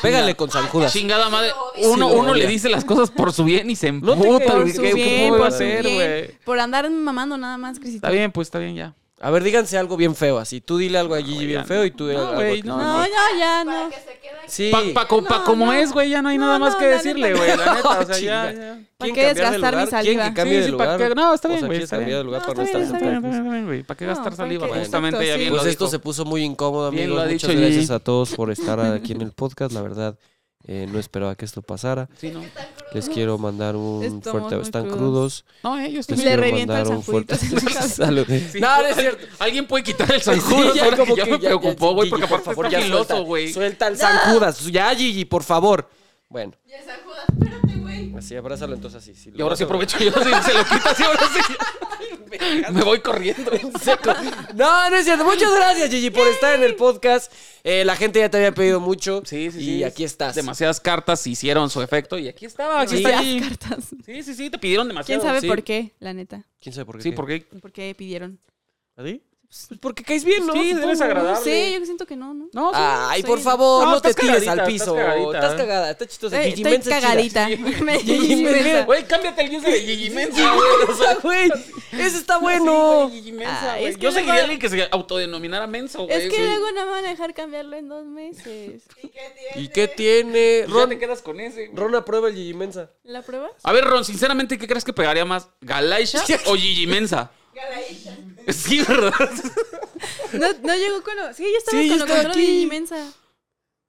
Speaker 1: pégale con San Judas.
Speaker 2: Chingada madre.
Speaker 1: Uh, Sí,
Speaker 2: Uno,
Speaker 1: lo
Speaker 2: uno le
Speaker 1: odia.
Speaker 2: dice las cosas por su bien y se
Speaker 1: No
Speaker 2: emputa.
Speaker 1: te creo,
Speaker 2: güey.
Speaker 1: su
Speaker 2: ¿Qué-
Speaker 1: bien,
Speaker 2: ¿Cómo iba a
Speaker 1: por su
Speaker 2: ser,
Speaker 3: bien.
Speaker 2: güey?
Speaker 3: Por andar mamando nada más, Crisito.
Speaker 2: Está bien, pues está bien ya.
Speaker 1: A ver, díganse algo bien feo así. Tú dile algo a Gigi
Speaker 2: güey,
Speaker 1: bien
Speaker 2: ya
Speaker 1: feo
Speaker 2: no.
Speaker 1: y tú dile
Speaker 2: No,
Speaker 1: algo.
Speaker 2: güey,
Speaker 1: que-
Speaker 2: no.
Speaker 3: No, ya, ya, no.
Speaker 5: Para que se quede aquí.
Speaker 1: Sí.
Speaker 2: Pa, pa- co- pa-
Speaker 3: No,
Speaker 2: como
Speaker 3: no.
Speaker 2: es, güey, ya no hay nada
Speaker 3: No,
Speaker 2: más
Speaker 3: no,
Speaker 2: que
Speaker 3: la
Speaker 2: decirle,
Speaker 3: neta.
Speaker 2: güey. La neta, o sea,
Speaker 1: Chinga.
Speaker 2: ya, ya.
Speaker 1: ¿Quieren
Speaker 3: qué
Speaker 1: cambiar de
Speaker 3: desgastar mi
Speaker 1: lugar? ¿Quieren que
Speaker 3: saliva?
Speaker 1: cambie
Speaker 2: Sí,
Speaker 1: de
Speaker 2: sí, ¿para
Speaker 1: lugar?
Speaker 2: qué? No, está bien,
Speaker 1: o sea,
Speaker 2: güey,
Speaker 1: ¿quieres
Speaker 2: está
Speaker 1: cambiar de
Speaker 2: bien.
Speaker 1: lugar
Speaker 3: No,
Speaker 1: para no
Speaker 3: está
Speaker 1: estar
Speaker 3: bien, está
Speaker 1: juntos?
Speaker 3: bien.
Speaker 2: ¿Para qué gastar
Speaker 3: No,
Speaker 2: saliva?
Speaker 3: porque-
Speaker 2: Justamente
Speaker 3: Exacto,
Speaker 2: ya
Speaker 3: sí.
Speaker 2: bien
Speaker 1: Pues
Speaker 2: lo
Speaker 1: esto
Speaker 2: dijo.
Speaker 1: se puso muy incómodo,
Speaker 2: Bien
Speaker 1: amigos.
Speaker 2: lo ha
Speaker 1: Muchas
Speaker 2: dicho
Speaker 1: gracias
Speaker 2: Gigi.
Speaker 1: a todos por estar aquí en el podcast. La verdad, eh, no esperaba que esto pasara.
Speaker 2: Sí, no.
Speaker 1: Les quiero mandar un
Speaker 3: Estamos
Speaker 1: fuerte...
Speaker 3: muy
Speaker 1: Están
Speaker 3: crudos.
Speaker 1: crudos.
Speaker 2: No, eh, yo estoy...
Speaker 1: Les
Speaker 3: Le
Speaker 1: quiero
Speaker 3: reviento el
Speaker 1: mandar un fuerte...
Speaker 3: San Juditas en la cabeza.
Speaker 1: Salud. No, no es cierto.
Speaker 2: Alguien puede quitar el San Judas
Speaker 1: Sí, ya
Speaker 2: ahora
Speaker 1: como
Speaker 2: que ya
Speaker 1: que
Speaker 2: me
Speaker 1: ya-
Speaker 2: preocupó,
Speaker 1: ya,
Speaker 2: güey,
Speaker 1: Gigi,
Speaker 2: porque por favor, ya
Speaker 1: suelta,
Speaker 2: filoso, güey.
Speaker 1: Suelta el San Judas. Ya, Gigi, por favor. Bueno,
Speaker 5: Y el San Judas, espérate, güey.
Speaker 1: así, abrázalo entonces así. sí,
Speaker 2: Y
Speaker 1: lo
Speaker 2: ahora
Speaker 1: vas
Speaker 2: sí
Speaker 1: a abrazar.
Speaker 2: aprovecho yo, sí, se lo quita así, ahora sí. Me voy corriendo.
Speaker 1: No, no es cierto. Muchas gracias, Gigi, por estar en el podcast. Eh, la gente ya te había pedido mucho.
Speaker 2: Sí, sí,
Speaker 1: y
Speaker 2: sí.
Speaker 1: aquí estás.
Speaker 2: Demasiadas cartas hicieron su efecto y aquí estaba, aquí
Speaker 1: Sí.
Speaker 2: está
Speaker 3: Las
Speaker 2: allí.
Speaker 3: cartas.
Speaker 2: Sí, sí, sí, te pidieron
Speaker 3: ¿Quién
Speaker 2: demasiado.
Speaker 3: sabe
Speaker 1: sí.
Speaker 3: por qué, la neta?
Speaker 1: ¿Quién sabe por qué?
Speaker 2: Sí, porque
Speaker 3: ¿Por qué pidieron?
Speaker 1: ¿A ti? Pues porque caes bien, ¿no?
Speaker 2: Sí,
Speaker 1: Supongo.
Speaker 2: eres agradable.
Speaker 3: No sé, yo siento que no, ¿no?
Speaker 2: No, sí.
Speaker 1: Ay, por
Speaker 3: Sí.
Speaker 1: favor, no,
Speaker 2: No,
Speaker 1: te
Speaker 2: estás
Speaker 1: tires
Speaker 2: cagadita,
Speaker 1: al piso.
Speaker 2: estás cagadita.
Speaker 1: Estás cagada, estás chistosa.
Speaker 3: Eh,
Speaker 1: Gigi
Speaker 3: estoy
Speaker 1: Mensa es chida.
Speaker 3: cagadita. Me- Gigi
Speaker 1: Mensa.
Speaker 3: Mensa.
Speaker 2: Güey, cámbiate el user de Gigi Mensa,
Speaker 1: Sí,
Speaker 2: güey.
Speaker 1: güey, o sea, güey, ese está bueno.
Speaker 2: Sí, Gigi Mensa,
Speaker 3: Ah,
Speaker 2: güey.
Speaker 3: es que
Speaker 2: Yo
Speaker 3: luego-
Speaker 2: seguiría a alguien que se autodenominara menso, güey.
Speaker 3: Es que
Speaker 2: sí.
Speaker 3: luego no me van a dejar cambiarlo en dos meses.
Speaker 5: ¿Y qué tiene?
Speaker 1: ¿Y qué tiene?
Speaker 2: Ron, te
Speaker 1: Ron,
Speaker 2: quedas con ese. güey.
Speaker 1: Ron aprueba el Gigi Mensa.
Speaker 3: ¿La pruebas?
Speaker 2: A ver, Ron, sinceramente, ¿qué crees que pegaría más? ¿Galaisha
Speaker 1: Sí.
Speaker 2: o Gigi Mensa?
Speaker 5: Galaíta.
Speaker 2: Sí, ¿verdad?
Speaker 3: No, no llegó con... lo- Sí, yo estaba
Speaker 1: Sí, yo
Speaker 3: con lo
Speaker 1: estaba
Speaker 3: control de
Speaker 1: aquí.
Speaker 3: Gigi Mensa.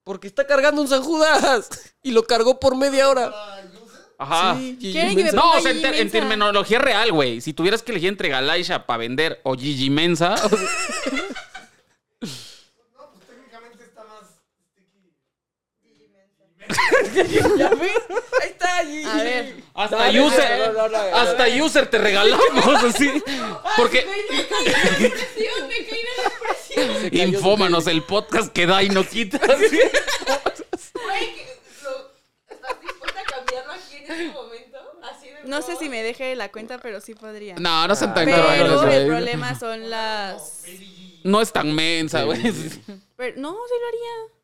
Speaker 1: Porque está cargando un San Judas y lo cargó por media hora.
Speaker 2: Ajá.
Speaker 1: Sí, Gigi
Speaker 3: ¿Quieren que me
Speaker 1: Mensa.
Speaker 2: No,
Speaker 3: ponga
Speaker 2: o sea, en,
Speaker 3: Gigi
Speaker 2: ter- en
Speaker 3: Mensa.
Speaker 2: terminología real, güey. Si tuvieras que elegir entre Galaisha para vender o Gigi Mensa. o sea,
Speaker 1: ¿Ya ves? Ahí está Gigi.
Speaker 3: A ver.
Speaker 1: No,
Speaker 2: hasta
Speaker 1: no,
Speaker 2: user.
Speaker 1: no, no, no, no, no.
Speaker 2: hasta user te regalamos, así. Porque.
Speaker 5: Güey, me caí en la depresión, me caí en la depresión.
Speaker 1: Se cayó su-
Speaker 2: Infómanos, el podcast que da y no quita. así.
Speaker 5: Güey, que- lo- ¿estás dispuesta a cambiarlo aquí en este momento? Así de
Speaker 3: No sé
Speaker 5: favor.
Speaker 3: si me deje la cuenta, pero sí podría.
Speaker 2: No, no son tan
Speaker 3: Pero
Speaker 2: cabrones,
Speaker 3: el
Speaker 2: güey.
Speaker 3: problema son las...
Speaker 2: No es tan mensa, güey.
Speaker 3: Pero, no, sí lo haría.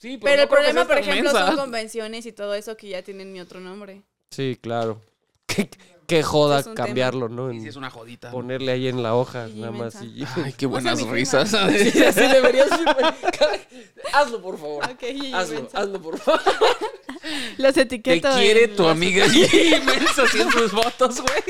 Speaker 2: Sí,
Speaker 1: pues
Speaker 3: Pero
Speaker 2: Pues no creo que seas
Speaker 3: el problema, por
Speaker 2: tan
Speaker 3: ejemplo,
Speaker 2: mensa.
Speaker 3: son convenciones y todo eso que ya tienen mi otro nombre.
Speaker 1: Sí, claro. Qué, qué joda
Speaker 3: Es un tema.
Speaker 1: cambiarlo, ¿no?
Speaker 2: Sí,
Speaker 1: En
Speaker 2: sí, es una jodita.
Speaker 1: Ponerle ahí en la hoja,
Speaker 3: Gigi
Speaker 1: nada más.
Speaker 3: Mensa.
Speaker 1: Gigi.
Speaker 2: Ay, qué
Speaker 3: Vamos a
Speaker 2: buenas
Speaker 3: mi
Speaker 2: risas.
Speaker 1: Pues Sí, así deberías. Hazlo, por favor.
Speaker 3: Ok, Gigi
Speaker 1: hazlo,
Speaker 3: Mensa.
Speaker 1: hazlo, por favor.
Speaker 3: Los
Speaker 2: Te
Speaker 3: etiqueto
Speaker 2: quiere
Speaker 3: en,
Speaker 2: tu
Speaker 3: los-
Speaker 2: amiga Gigi Mensa así en sus fotos, güey.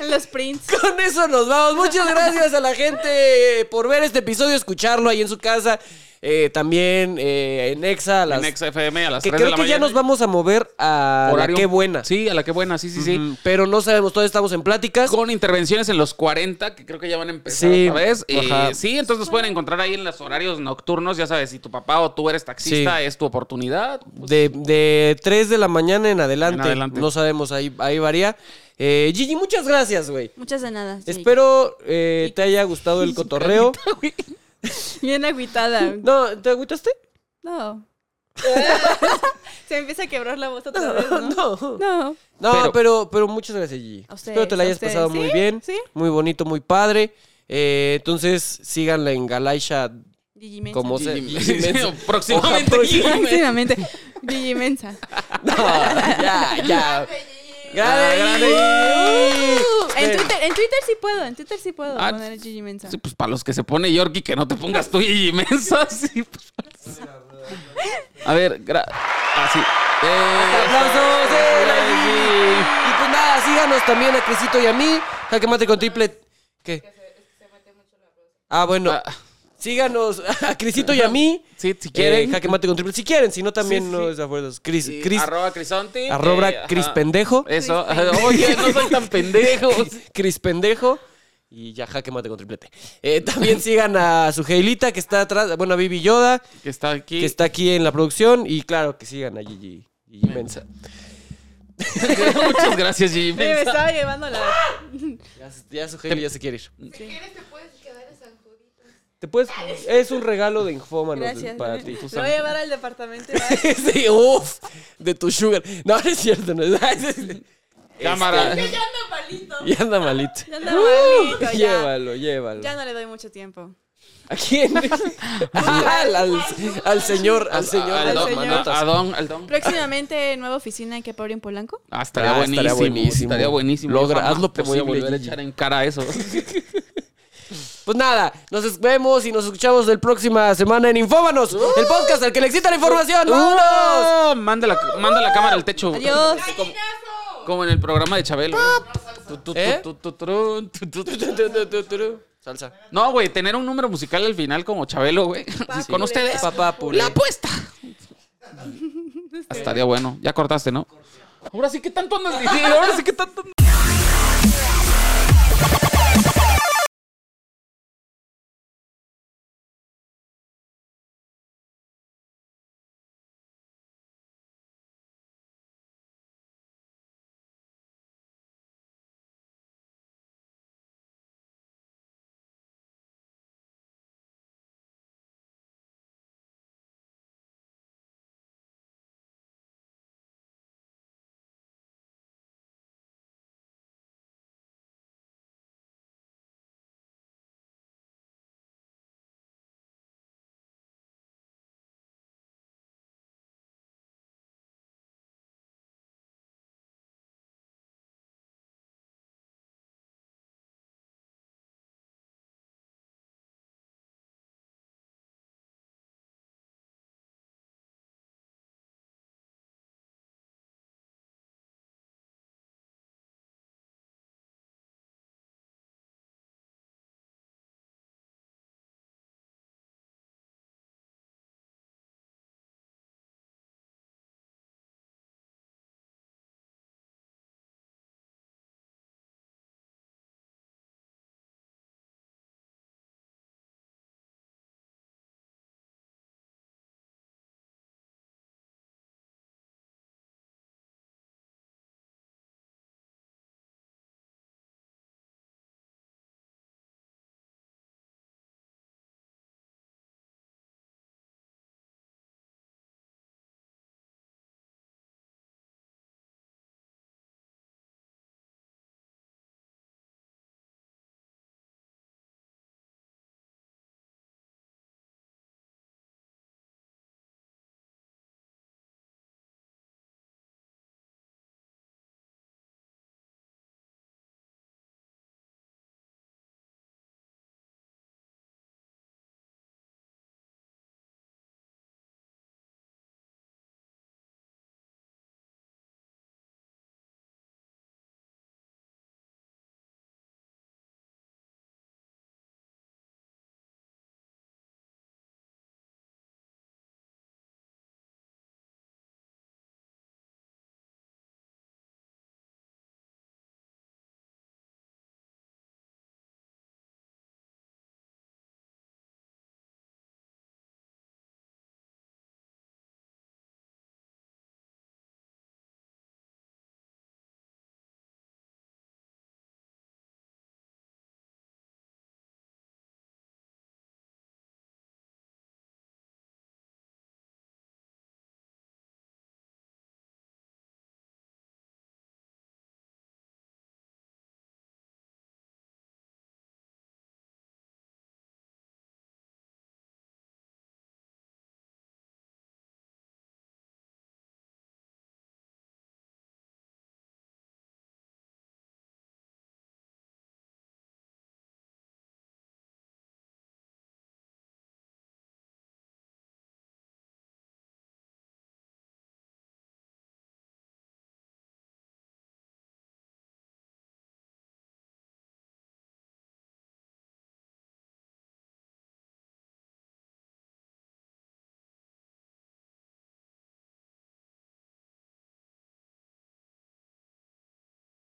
Speaker 3: en los prints.
Speaker 1: Con eso nos vamos. Muchas gracias a la gente por ver este episodio, escucharlo ahí en su casa. Eh, también eh, en Exa, a las-
Speaker 2: En XFM a las
Speaker 1: que
Speaker 2: 3
Speaker 1: creo
Speaker 2: de la
Speaker 1: que ya
Speaker 2: mañana.
Speaker 1: nos vamos a mover a
Speaker 2: Horario.
Speaker 1: la qué buena.
Speaker 2: Sí, a la que buena, sí, sí, sí.
Speaker 1: Ujú, Pero no sabemos, todavía estamos en pláticas.
Speaker 2: Con intervenciones en los 40, que creo que ya van a empezar
Speaker 1: Sí,
Speaker 2: otra vez. Eh,
Speaker 1: ajá.
Speaker 2: sí, entonces nos pueden encontrar ahí en los horarios nocturnos. Ya sabes, si tu papá o tú eres taxista,
Speaker 1: Sí.
Speaker 2: es tu oportunidad.
Speaker 1: De, de 3 de la mañana en adelante.
Speaker 2: En adelante.
Speaker 1: No sabemos, ahí, ahí varía. Eh, Gigi, muchas gracias, güey.
Speaker 3: Muchas de nada. sí.
Speaker 1: Espero eh, te haya gustado el cotorreo.
Speaker 3: Bien agüitada.
Speaker 1: No, ¿te agüitaste?
Speaker 3: No. Se me empieza a quebrar la voz otra vez, ¿no?
Speaker 1: No.
Speaker 3: No.
Speaker 1: No, pero,
Speaker 2: Pero-
Speaker 1: pero, muchas gracias, Gigi.
Speaker 3: A ustedes,
Speaker 1: Espero te la
Speaker 3: a
Speaker 1: hayas
Speaker 3: ustedes.
Speaker 1: pasado
Speaker 3: ¿Sí?
Speaker 1: muy bien.
Speaker 3: ¿Sí?
Speaker 1: Muy bonito, muy padre. Eh, entonces, síganla en Galaisha
Speaker 3: Gigi Mensa.
Speaker 1: Como se.
Speaker 2: Gigi-
Speaker 1: Gigi Mensa.
Speaker 2: Próximamente.
Speaker 1: Ojalá pues,
Speaker 2: Gigi Mensa.
Speaker 3: Próximamente, Gigi Mensa.
Speaker 1: No, ya, ya.
Speaker 2: Ah, grande
Speaker 1: Gigi.
Speaker 3: En Twitter, en Twitter sí puedo, en Twitter sí puedo
Speaker 2: Ah,
Speaker 3: poner Gigi Mensa.
Speaker 2: Sí, pues para los que se pone Yorkie, que no te pongas tú Gigi Mensa. Sí, pues. A ver, gra- ah, así. Eh,
Speaker 1: Aplausos de la Gigi. Y pues nada, síganos también a Crisito y a mí. Jaque mate con triple. ¿Qué? Ah, bueno.
Speaker 2: Ah.
Speaker 1: Síganos a Crisito y a mí.
Speaker 2: Sí, si
Speaker 1: Eh,
Speaker 2: quieren.
Speaker 1: jaque mate con triple. Si quieren, si no también
Speaker 2: Sí,
Speaker 1: no
Speaker 2: sí.
Speaker 1: es de acuerdo. Cris,
Speaker 2: Sí,
Speaker 1: Cris,
Speaker 2: Arroba Crisonti.
Speaker 1: arroba
Speaker 2: eh, ajá.
Speaker 1: Cris pendejo.
Speaker 2: Eso. Oye, no soy tan pendejo.
Speaker 1: Cris pendejo. Y ya jaque mate con triplete. Eh, también sigan a su Geilita que está atrás. Bueno, a Bibi Yoda.
Speaker 2: Que está aquí.
Speaker 1: que está aquí en la producción. Y claro, que sigan a Gigi, Gigi Mensa.
Speaker 2: Muchas gracias, Gigi
Speaker 3: Oye, me
Speaker 2: Mensa.
Speaker 3: estaba llevando la.
Speaker 1: Ya, ya su Hailey ya se quiere ir.
Speaker 5: Si quieres te puedes quedar en San Judito.
Speaker 1: Te puedes- es un regalo de Infómanos
Speaker 3: Gracias.
Speaker 1: para
Speaker 3: Lo
Speaker 1: ti.
Speaker 3: voy a llevar al departamento. ¿vale?
Speaker 1: sí, uff, de tu sugar. No, no es cierto, no es
Speaker 2: Cámara.
Speaker 1: Este,
Speaker 5: Ya anda malito.
Speaker 1: ya Este, anda malito.
Speaker 3: Ya anda malito, ya.
Speaker 1: Llévalo, llévalo.
Speaker 3: Ya no le doy mucho tiempo.
Speaker 1: ¿A quién? al, al- al señor, al señor.
Speaker 2: Al
Speaker 1: de
Speaker 2: don,
Speaker 1: las
Speaker 3: al señor.
Speaker 1: manotas.
Speaker 2: a- a don, al don.
Speaker 3: Próximamente, nueva oficina en que Pobre en Polanco.
Speaker 2: Ah, estaría,
Speaker 1: Ah,
Speaker 2: buenísimo,
Speaker 1: estaría
Speaker 2: estaría
Speaker 1: buenísimo.
Speaker 2: buenísimo.
Speaker 1: Logra-
Speaker 2: Jamás
Speaker 1: hazlo
Speaker 2: Te voy a
Speaker 1: posible,
Speaker 2: volver a
Speaker 1: Gigi.
Speaker 2: echar en cara eso.
Speaker 1: Pues nada, nos es- vemos y nos escuchamos la próxima semana en Infómanos, el podcast al que le excita la información. ¡Vámonos!
Speaker 2: ¡Oh! Manda la, manda la cámara al techo.
Speaker 3: Adiós.
Speaker 5: ¡Gallinazo!
Speaker 2: Como en el programa de Chabelo.
Speaker 1: ¿Eh?
Speaker 2: Tu, tu, turun, tu, tu, tu, tu.
Speaker 1: Salsa.
Speaker 2: No, güey, tener un número musical al final como Chabelo, güey. Con ustedes.
Speaker 1: Papá puré.
Speaker 2: La apuesta. Este, Estaría bueno. Ya cortaste, ¿no? Ahora sí que tanto andas diciendo. Ahora sí que tanto andas-